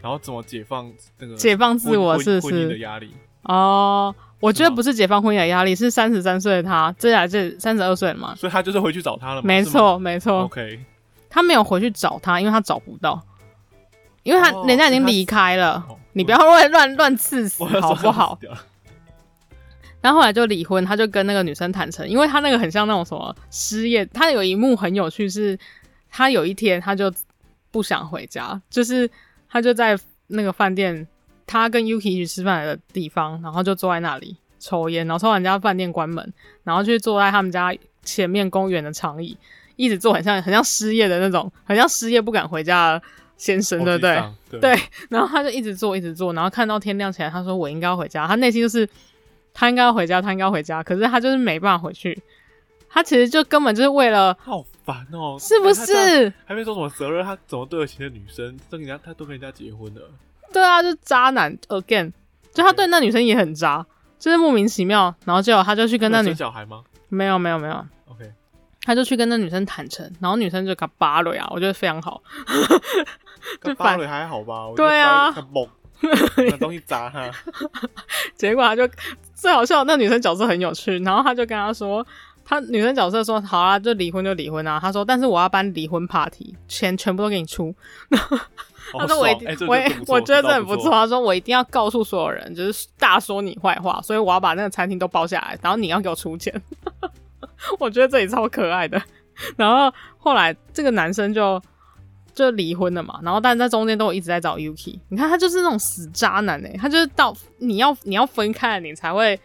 S2: 然后怎么解放那个
S1: 解放自
S2: 呃婚
S1: 我
S2: 婚
S1: 是不
S2: 婚姻的
S1: 是？
S2: 压力？
S1: 哦，我觉
S2: 是
S1: 得
S2: 吗
S1: 不是解放婚姻的压力，是三十三岁的他，接下来是三十二岁了嘛？
S2: 所以他就是回去找他了嘛，
S1: 没
S2: 哦是吗哦
S1: 错，没错，
S2: ，OK，
S1: 他没有回去找他，因为他找不到，因为他、
S2: 哦
S1: 人家已经
S2: 所以他
S1: 离开了
S2: 哦，
S1: 你不要乱乱乱刺死
S2: 我要
S1: 好
S2: 说
S1: 不
S2: 他
S1: 好
S2: 死？掉了？
S1: 然后后来就离婚，他就跟那个女生坦诚，因为他那个很像那种什么失业，他有一幕很有趣是，他有一天他就不想回家，就是他就在那个饭店，他跟 Yuki 一起吃饭的地方，然后就坐在那里抽烟，然后抽完人家饭店关门，然后去坐在他们家前面公园的长椅，一直坐很像很像失业的那种，很像失业不敢回家的 先生，对不对？
S2: 好沮丧
S1: 对，然后他就一直做，一直做，然后看到天亮起来，他说我应该要回家，他内心就是他应该要回家，他应该要回家，可是他就是没办法回去，他其实就根本就是为了
S2: 好烦哦，
S1: 是不
S2: 他这样？
S1: 是？
S2: 还没说什么责任，他怎么对得起那女生？跟人家他都跟人家结婚了，
S1: 对啊，就渣男 again，就他对那女生也很渣，就是莫名其妙，然后结果他就去跟那
S2: 他没有
S1: 女
S2: 生小孩吗
S1: 没有没有没有，
S2: ？OK，
S1: 他就去跟那女生坦诚，然后女生就给他扒了呀，我觉得非常好，
S2: 跟
S1: 反
S2: 芭蕾还好吧？我
S1: 对啊
S2: 觉 得芭蕾很猛，拿东西砸他，
S1: 结果他就最好笑，那女生角色很有趣，然后他就跟他说，他女生角色说好啊，就离婚就离婚啊。他说，但是我要办离婚 party，钱全部都给你出。
S2: 好
S1: 他说我一
S2: 爽
S1: 定，
S2: 哎这
S1: 我
S2: 这
S1: 也
S2: 不错
S1: 我觉得这
S2: 这
S1: 很不错。。他说我一定要告诉所有人，就是大说你坏话，所以我要把那个餐厅都包下来，然后你要给我出钱。 我觉得这里超可爱的。然后后来这个男生就就离婚了嘛，然后但在中间都有一直在找 Yuki。你看他就是那种死渣男哎、他就是到你要你要分开了，你才会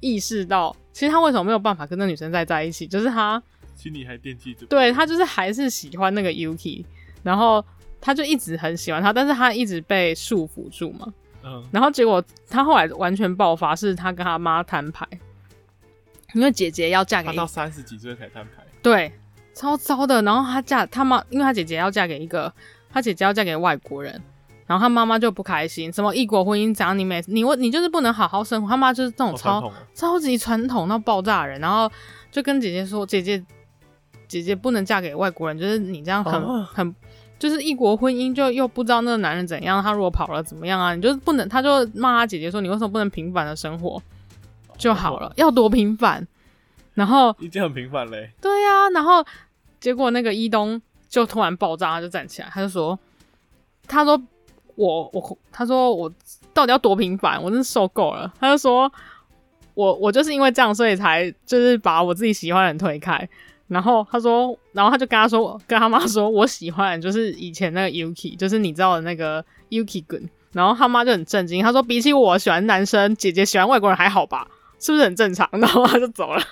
S1: 意识到，其实他为什么没有办法跟那女生再在一起，就是他
S2: 心里还惦记着。
S1: 对他就是还是喜欢那个 Yuki，然后他就一直很喜欢他，但是他一直被束缚住嘛。
S2: 嗯，
S1: 然后结果他后来完全爆发，是他跟他妈摊牌，因为姐姐要嫁给
S2: 他到三十几岁才摊牌，
S1: 对，超糟的。然后她嫁她妈，因为她姐姐要嫁给一个，她姐姐要嫁给外国人，然后她妈妈就不开心，什么异国婚姻怎样？你每你问你就是不能好好生活，她妈就是这种
S2: 好
S1: 超、
S2: 传统哦。
S1: 超级传统到爆炸的人，然后就跟姐姐说，姐姐姐姐不能嫁给外国人，就是你这样很、
S2: 哦
S1: 很。就是异国婚姻，就又不知道那个男人怎样，他如果跑了怎么样啊？你就是不能，他就骂他姐姐说：“你为什么不能平凡的生活就好了？要多平凡？”然后
S2: 已经很平凡欸嘞。
S1: 对呀、然后结果那个伊东就突然爆炸，他就站起来，他就说：“他说我我他说我到底要多平凡？我真是受够了。”他就说：“我我就是因为这样，所以才就是把我自己喜欢的人推开。”然后他说，然后他就跟他说，跟他妈说，我喜欢的就是以前那个 Yuki，就是你知道的那个 Yuki 滚，然后他妈就很震惊，他说：“比起我喜欢男生，姐姐喜欢外国人还好吧？是不是很正常？” 然后他就走了。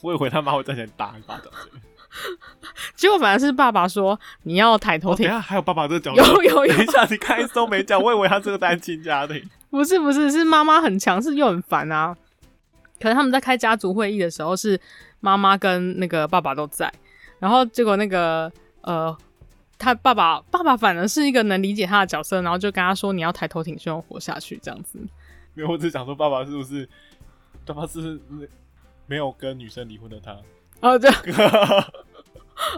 S2: 我以为他妈会站起来打一巴掌。
S1: 结果反而是爸爸说：“ 你要抬头
S2: 哦等
S1: 挺。
S2: 一下还有爸爸这个角
S1: 有有有
S2: 等一下，你看一次都没讲，我以为他这个单亲家庭。
S1: 不是不是，是妈妈很强势又很烦啊。可能他们在开家族会议的时候，是妈妈跟那个爸爸都在，然后结果那个呃，他爸爸爸爸反而是一个能理解他的角色，然后就跟他说：“你要抬头挺胸活下去。”这样子。
S2: 没有，我只想说爸爸是不是，爸爸是不是那没有跟女生离婚的他。
S1: 哦，这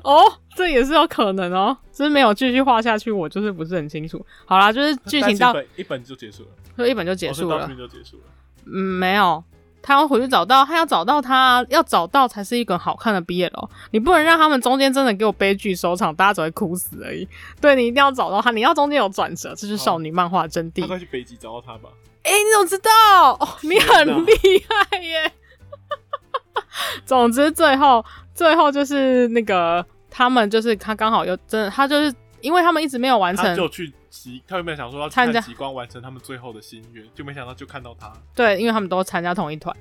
S1: 哦，这也是有可能哦，就是没有继续画下去，我就是不是很清楚。好啦，就是 剧
S2: 但
S1: 情
S2: 是一
S1: 到
S2: 本一本就结束了，
S1: 就一本就结束
S2: 哦是到
S1: 了
S2: 这。边就结束了。
S1: 嗯，没有，他要回去找到，他要找到他，要找到才是一个好看的 BL 哦。你不能让他们中间真的给我悲剧收场，大家只会哭死而已。对你一定要找到他，你要中间有转折，这是少女漫画的真谛
S2: 他。快去北极找到他吧。
S1: 哎、你怎么知道？哦，你
S2: 哦天哪
S1: 很厉害耶！ 总之，最后最后就是那个他们就是他刚好又真的他就是因为他们一直没有完
S2: 他
S1: 成，
S2: 就去极，他有没有想说要去
S1: 参加
S2: 看极光完成他们最后的心愿？就没想到就看到他。
S1: 对，因为他们都参加同一团。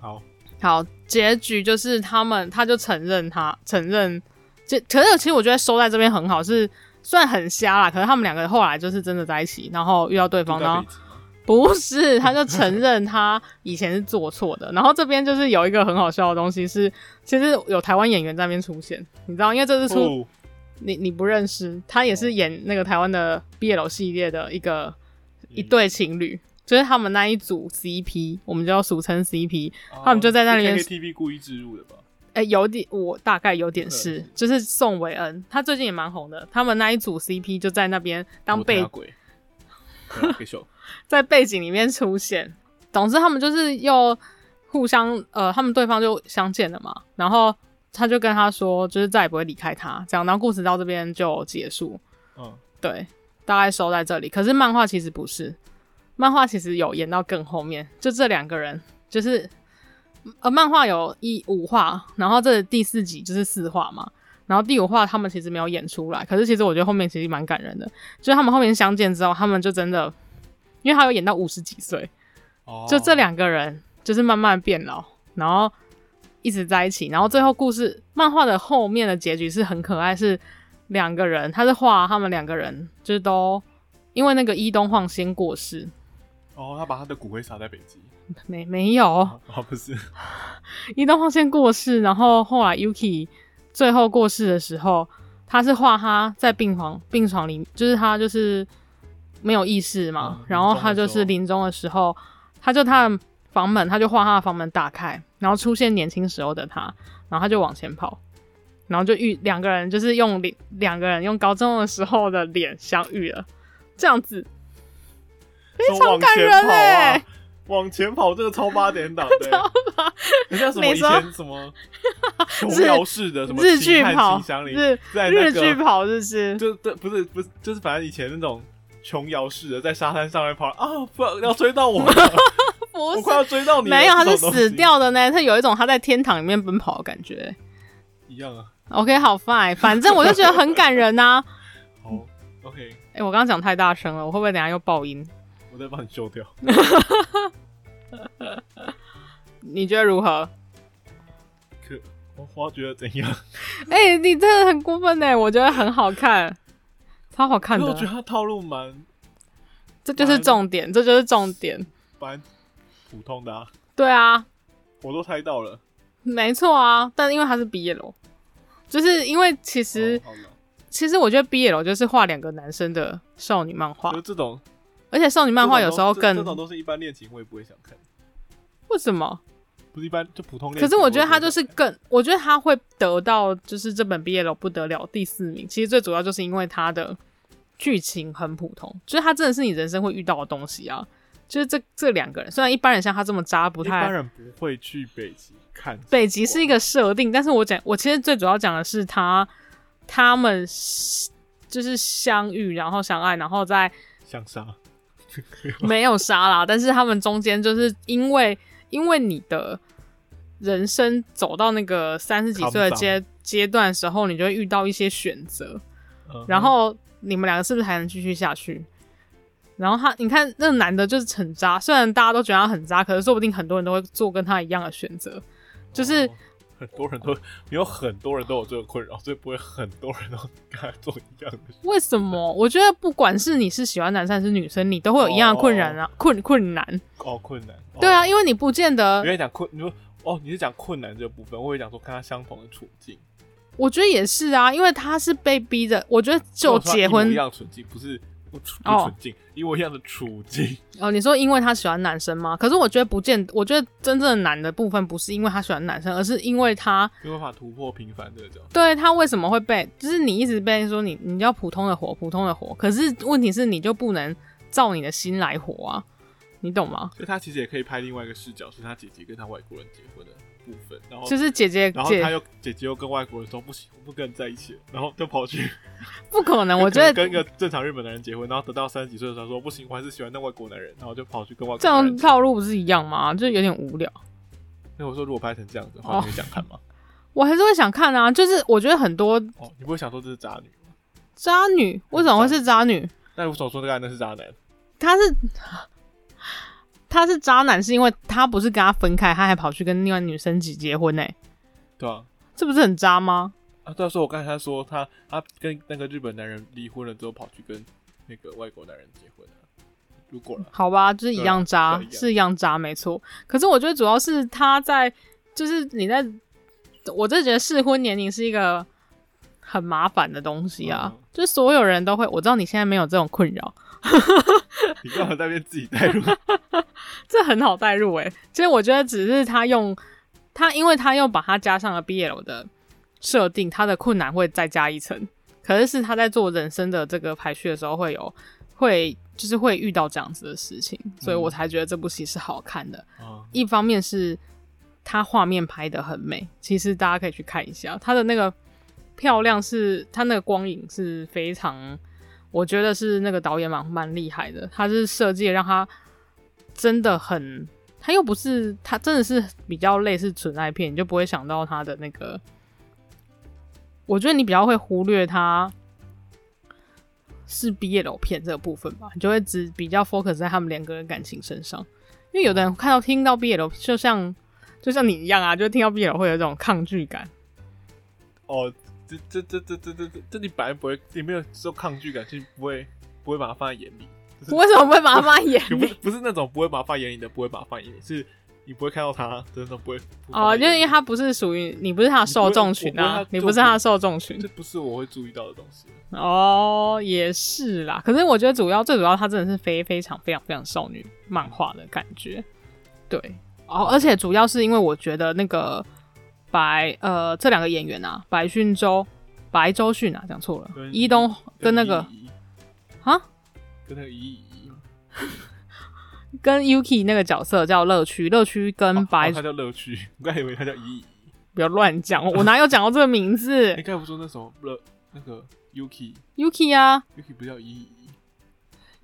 S2: 好，
S1: 好，结局就是他们，他就承认他承认，这可是其实我觉得收在这边很好，是虽然很瞎啦，可是他们两个后来就是真的在一起，然后遇到对
S2: 住
S1: 方，然
S2: 在
S1: 后
S2: 北极吗
S1: 不是，他就承认他以前是做错的。然后这边就是有一个很好笑的东西是，其实有台湾演员在那边出现，你知道，因为这是出、
S2: 哦，
S1: 你你不认识，他也是演那个台湾的 BL 系列的一个一
S2: 嗯
S1: 对情侣，就是他们那一组 CP，我们就俗称 CP。
S2: 哦
S1: 他们就在那里面
S2: K T V 故意植入的吧？
S1: 哎、有点，我大概有点
S2: 对
S1: 是，就是宋伟恩，他最近也蛮红的。他们那一组 CP 就在那边当
S2: 我的
S1: 背
S2: 大鬼，对啊给秀。
S1: 在背景里面出现。总之，他们就是又互相呃，他们对方就相见了嘛，然后他就跟他说，就是再也不会离开他，这样。然后故事到这边就结束，
S2: 嗯，
S1: 对，大概收在这里。可是漫画其实不是，漫画其实有演到更后面，就这两个人就是。呃，漫画有一五话，然后这第四集就是四话嘛，然后第五话他们其实没有演出来，可是其实我觉得后面其实蛮感人的，就是他们后面相见之后，他们就真的，因为他有演到五十几岁，
S2: 哦，
S1: 就这两个人就是慢慢变老，然后一直在一起，然后最后故事漫画的后面的结局是很可爱，是两个人，他是画他们两个人就是都因为那个伊东晃先过世，
S2: 哦，他把他的骨灰撒在北极。
S1: 没没有
S2: 哦，不是，
S1: 伊东晃先过世，然后后来 Yuki 最后过世的时候，他是画他在病房病床里，就是他就是没有意识嘛，
S2: 嗯
S1: 然后他就是临终的时候，他就他的房门，他就画他的房门打开，然后出现年轻时候的他，然后他就往前跑，然后就遇两个人就是用脸两个人用高中的时候的脸相遇了，这样子
S2: 非
S1: 常感人
S2: 哎、
S1: 欸
S2: 往前跑，这个超八点档 的、欸，人家什么
S1: 每
S2: 以
S1: 周
S2: 前什 么琼瑶式的什么
S1: 日
S2: 秦
S1: 剧
S2: 汉
S1: 跑
S2: 秦香里，
S1: 日
S2: 在那
S1: 日剧
S2: 个
S1: 跑日是
S2: 就对，不是不是，就是反正以前那种琼瑶式的，在沙滩上面跑啊，不要追到我了，
S1: 不
S2: 我
S1: 是
S2: 快要追到你了，
S1: 没有，他
S2: 这
S1: 是
S2: 种东西
S1: 死掉的呢。他有一种他在天堂里面奔跑的感觉。
S2: 一样啊。
S1: OK，好 fine，反正我就觉得很感人呐、
S2: 好，OK，
S1: 哎、我刚刚讲太大声了，我会不会等一下又爆音？
S2: 我再帮你修掉。
S1: 你觉得如 何？
S2: 可我我觉 得怎样？
S1: 哎、你真的很过分呢，我觉得很好看，超好看
S2: 因为我觉得
S1: 的，
S2: 他套路蛮
S1: 这就是重点，这就是重点。
S2: 蛮普通的啊，
S1: 对啊，
S2: 我都猜到了。
S1: 没错啊，但因为他是 BL，就是因为其实、
S2: 哦好了
S1: 其实我觉得 BL 就是画两个男生的少女漫画
S2: 就，这种
S1: 而且少女漫画有时候
S2: 这种
S1: 更
S2: 都这这种都是一般恋情，我也不会想看，
S1: 为什么？
S2: 不是一般就普通恋情。
S1: 可是我觉得他就是是更，我觉得他会得到就是这本毕业楼不得了第四名。其实最主要就是因为他的剧情很普通，就是他真的是你人生会遇到的东西啊。就是这这两个人，虽然一般人像他这么渣不
S2: 一般
S1: 太，
S2: 人不会去北极看。
S1: 北极是一个设定，但是我讲我其实最主要讲的是他他们是就是相遇，然后相爱，然后再
S2: 想杀，
S1: 没有杀啦，但是他们中间就是因为因为你的人生走到那个三十几岁的阶阶段的时候，你就会遇到一些选择，
S2: 嗯哼
S1: 然后你们两个是不是还能继续下去？然后他，你看那个男的就是很渣，虽然大家都觉得他很渣，可是说不定很多人都会做跟他一样的选择，就是
S2: 哦很多人都没有很多人都有这个困扰，所以不会很多人都跟他做一样的事。
S1: 为什么？我觉得不管是你是喜欢男生还是女生，你都会有一样的困扰啊，困困难。
S2: 哦，困难。哦
S1: 对啊，，因为你不见得
S2: 原，来讲困，你说哦，你是讲困难这部分，我也讲说跟他相同的处境，
S1: 我觉得也是啊，因为他是被逼着。我觉得就
S2: 跟我说
S1: 结
S2: 一模
S1: 婚
S2: 一样的处境，不是不处
S1: 哦
S2: 不处境，一模一样的处境。
S1: 哦，你说因为他喜欢男生吗？可是我觉得不见，我觉得真正的难的部分不是因为他喜欢男生，而是因为他
S2: 没有办法突破平凡这个角色。
S1: 对他为什么会被，就是你一直被说你你要普通的活，普通的活，可是问题是你就不能照你的心来活啊，你懂吗？
S2: 所以他其实也可以拍另外一个视角，是他姐姐跟他外国人结婚的部分，然后
S1: 就是姐姐
S2: 哦然后他
S1: 姐
S2: 又姐姐又跟外国人说不行，我不跟人在一起了，然后就跑去
S1: 不可啊能，我觉得
S2: 跟跟 一个正常日本男人结婚，然后等到三十几岁的时候说不行，我还是喜欢那外国男人，然后就跑去跟外
S1: 这
S2: 国男
S1: 样
S2: 人。
S1: 套路不是一样吗？就有点无聊。
S2: 那我说如果拍成这样子的话，
S1: 哦
S2: 你会想看吗？
S1: 我还是会想看啊，就是我觉得很多
S2: 哦，你不会想说这是渣女，
S1: 渣女为什么会是渣女？
S2: 但我所说的刚才那是渣男，
S1: 他是他是渣男，是因为他不是跟他分开，他还跑去跟另外女生几结婚呢、欸
S2: 对啊。
S1: 这不是很渣吗？
S2: 啊，到时候我刚才说他他跟那个日本男人离婚了之后，跑去跟那个外国男人结婚了。如果了，
S1: 好吧，就是一样渣，
S2: 对啊对一样
S1: 是一样渣，没错。可是我觉得主要是他在，就是你在，我真的觉得适婚年龄是一个很麻烦的东西啊，
S2: 嗯
S1: 就是所有人都会。我知道你现在没有这种困扰，
S2: 你干嘛在那边自己 带入？
S1: 这很好带入诶、欸其实我觉得只是他用他，因为他又把它加上了 BL 的设定，他的困难会再加一层。可是是他在做人生的这个排序的时候，会有会就是会遇到这样子的事情，所以我才觉得这部戏是好看的。
S2: 啊，
S1: 一方面是它画面拍的很美，其实大家可以去看一下它的那个漂亮是它那个光影是非常，我觉得是那个导演蛮蛮厉害的，他是设计得让它真的很，它又不是它真的是比较类似纯爱片，你就不会想到它的那个，我觉得你比较会忽略它。是 BL 片这个部分吧，你就会只比较 focus 在他们两个人感情身上。因为有的人看到听到 BL，就像就像你一样啊，就听到 BL 会有一种抗拒感。
S2: 哦，这这这这这这这这你本来不会，你没有受抗拒感，就不会不会把它放在眼里。就是
S1: 我为什么不会把它放在眼
S2: 也不
S1: 里
S2: 是？不是那种不会把它放在眼里的，不会把它放在眼里，是你不会看到它的那种不会。不
S1: 哦，
S2: 会放
S1: 就是
S2: 在
S1: 因为
S2: 眼里
S1: 它不是属于你，不是它的受众群啊，
S2: 你
S1: 你
S2: 不
S1: 不
S2: 会
S1: 是它的受众群
S2: 这不是我会注意到的东西。
S1: 哦，也是啦。可是我觉得主要最主要，它真的是非非常非常非常少女漫画的感觉。对，哦，而且主要是因为我觉得那个白呃这两个演员啊，白训周白周迅啊，讲错了，
S2: 跟
S1: 伊东 跟那个
S2: 一一
S1: 啊，
S2: 跟那个一一一
S1: 跟 Yuki 那个角色叫乐区，乐区跟白、
S2: 哦他叫乐趣，我刚才以为他 叫一一一，
S1: 不要乱讲， 我哪有讲到这个名字
S2: 你刚才不是说那首乐那个 Yuki
S1: ？Yuki 啊
S2: Yuki 不叫一一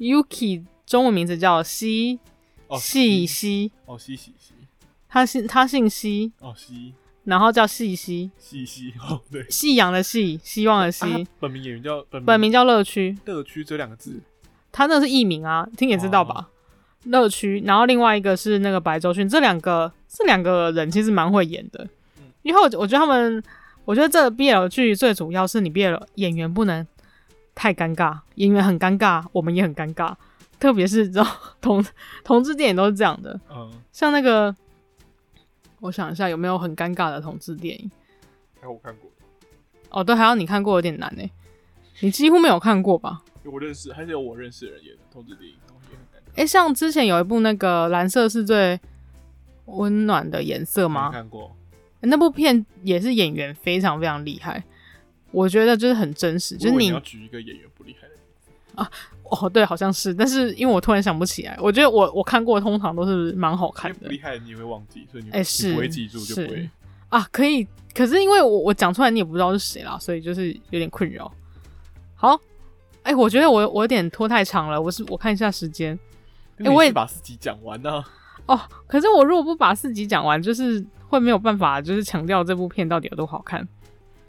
S2: 一
S1: ，Yuki 中文名字叫西
S2: 哦
S1: 细西，
S2: 哦西西西
S1: 他姓他姓西，
S2: 哦西
S1: 然后叫细西，
S2: 西西哦对，
S1: 夕阳的夕，希望的
S2: 啊
S1: 希，
S2: 他本名演员叫本
S1: 本名叫乐区，
S2: 乐趣这两个字，
S1: 他那是艺名啊，听也知道吧？乐区，然后另外一个是那个白周迅，这两个这两个人其实蛮会演的，因为我我觉得他们，我觉得这 BL 剧最主要是你 BL 演员不能太尴尬，演员很尴尬，我们也很尴尬，特别是这种 同同志电影都是这样的，
S2: 嗯，
S1: 像那个，我想一下有没有很尴尬的同志电影？
S2: 还有我看过，
S1: 哦，对，还有你看过有点难哎，你几乎没有看过吧？
S2: 有我认识，还是有我认识的人演的同志电影，我也很感动。
S1: 诶，像之前有一部那个《蓝色是最温暖的颜色》吗
S2: 没？看过，嗯
S1: 那部片也是演员非常非常厉害，我觉得就是很真实，就是
S2: 我以为
S1: 你
S2: 要举一个演员不厉害的，
S1: 哦，对，好像是，但是因为我突然想不起来，我觉得我我看过，通常都是蛮好看
S2: 因为不
S1: 的
S2: 厉害的你也会忘记，所以你
S1: 哎是
S2: 你不会记住，就不会
S1: 是。啊。可以，可是因为我我讲出来你也不知道是谁啦，所以就是有点困扰。好，哎、我觉得我我有点拖太长了，我是我看一下时间
S2: 因为
S1: 哎我也
S2: 你是把四集讲完啊呢，
S1: 哦。可是我如果不把四集讲完，就是会没有办法，就是强调这部片到底有多好看。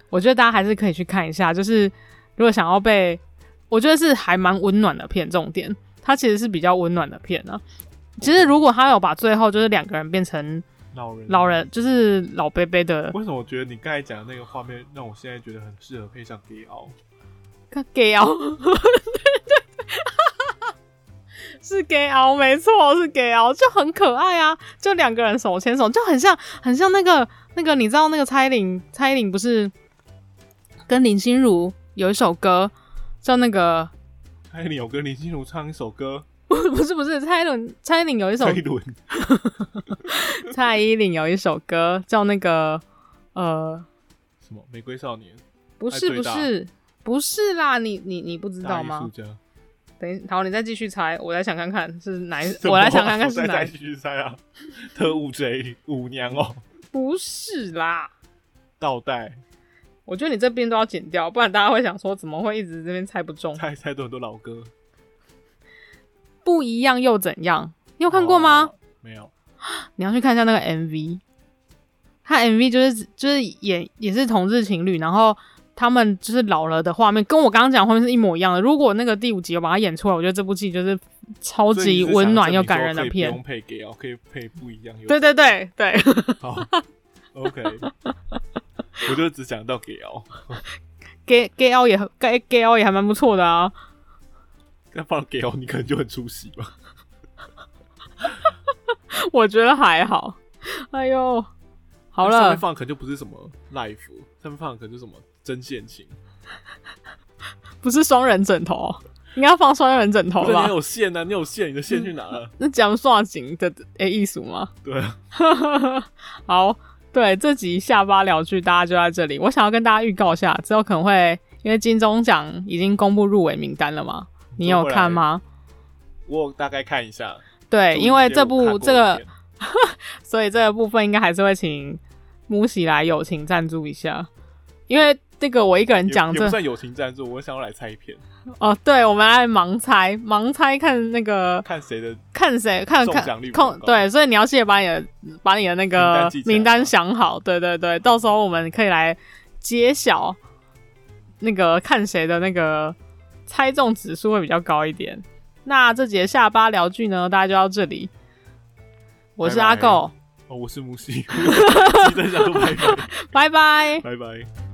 S1: 我觉得大家还是可以去看一下，就是如果想要被，我觉得是还蛮温暖的片，重点。它其实是比较温暖的片啊。其实如果他有把最后就是两个人变成
S2: 老人
S1: 老人，就是老贝贝的
S2: 为什么我觉得你刚才讲的那个画面，让我现在觉得很适合配上 gay 奥？
S1: gay 熬， 是 gay 熬，没错，是 gay 熬，就很可爱啊，就两个人手牵手，就很像很像那个那个，你知道那个蔡依林，蔡依林不是跟林心如有一首歌叫那个
S2: 蔡依林有跟林心如唱一首歌，
S1: 不不是不是蔡依林，蔡依林有一首
S2: 蔡依林
S1: 蔡依林有一首歌叫那个呃，
S2: 什么玫瑰少年，
S1: 不是
S2: 爱
S1: 不
S2: 最大
S1: 是不是啦，你你你不知道
S2: 大艺术
S1: 吗？
S2: 家，
S1: 等一好，你再继续猜，我来想看看是哪一，
S2: 什么
S1: 我来想看看是
S2: 我再
S1: 哪
S2: 再
S1: 一，
S2: 继续猜啊，特务 J 舞娘哦，
S1: 不是啦。
S2: 倒带
S1: 我觉得你这边都要剪掉，不然大家会想说怎么会一直这边猜不中？
S2: 猜猜都很多老歌，
S1: 不一样又怎样？你有
S2: 有
S1: 看过吗？？
S2: 啊没有，
S1: 你要去看一下那个 MV，他 MV 就是就是演也是同志情侣，然后他们就是老了的画面，跟我刚刚讲的画面是一模一样的。如果那个第五集有把它演出来，我觉得这部戏就是超
S2: 所以
S1: 级
S2: 你是
S1: 温
S2: 想
S1: 暖
S2: 证
S1: 又
S2: 明
S1: 感
S2: 说
S1: 人的
S2: 可以不
S1: 片
S2: 用。配 gay 哦，可以配不一样又
S1: 对对对对，
S2: 好，OK，我就只讲到 gay 哦，
S1: gay gay 奥也 gay gay 奥也还蛮不错的啊。
S2: 那放 gay 哦，你可能就很出戏吧。
S1: 我觉得还好。哎呦，好
S2: 上面
S1: 了，
S2: 放可能就不是什么 life，上面放可能就是什么真现情，
S1: 不是双人枕头，哦应该放双人枕头
S2: 不是你
S1: 吧？
S2: 有线啊，你有线，你的线去哪了？
S1: 那讲刷景的诶艺术吗？
S2: 对啊，
S1: 好，对这集下巴聊剧大家就在这里。我想要跟大家预告一下，之后可能会因为金钟奖已经公布入围名单了嘛，你有看吗？
S2: 我大概看一下。
S1: 对，
S2: 注意
S1: 哎因为这
S2: 我看
S1: 部
S2: 过
S1: 这个
S2: 一，点
S1: 所以这个部分应该还是会请木喜来友情赞助一下，因为这个我一个人
S2: 也
S1: 讲
S2: 也
S1: 这
S2: 不算友情赞助，我想要来猜一片，
S1: 哦，对，我们来盲猜，盲猜看那个
S2: 看谁的
S1: 看谁看
S2: 中
S1: 看
S2: 奖率比较
S1: 控
S2: 高
S1: 对，所以你要记得把你的把你的那
S2: 名
S1: 个
S2: 单记起来
S1: 名单
S2: 吗
S1: 想好，对对对，到时候我们可以来揭晓那个看谁的那个猜中指数会比较高一点。那这节下巴聊剧呢，大家就到这里。我是
S2: 拜
S1: 阿
S2: 拜
S1: 狗，
S2: 哦，我是木西，我真想说拜拜，
S1: 拜拜。
S2: 拜拜。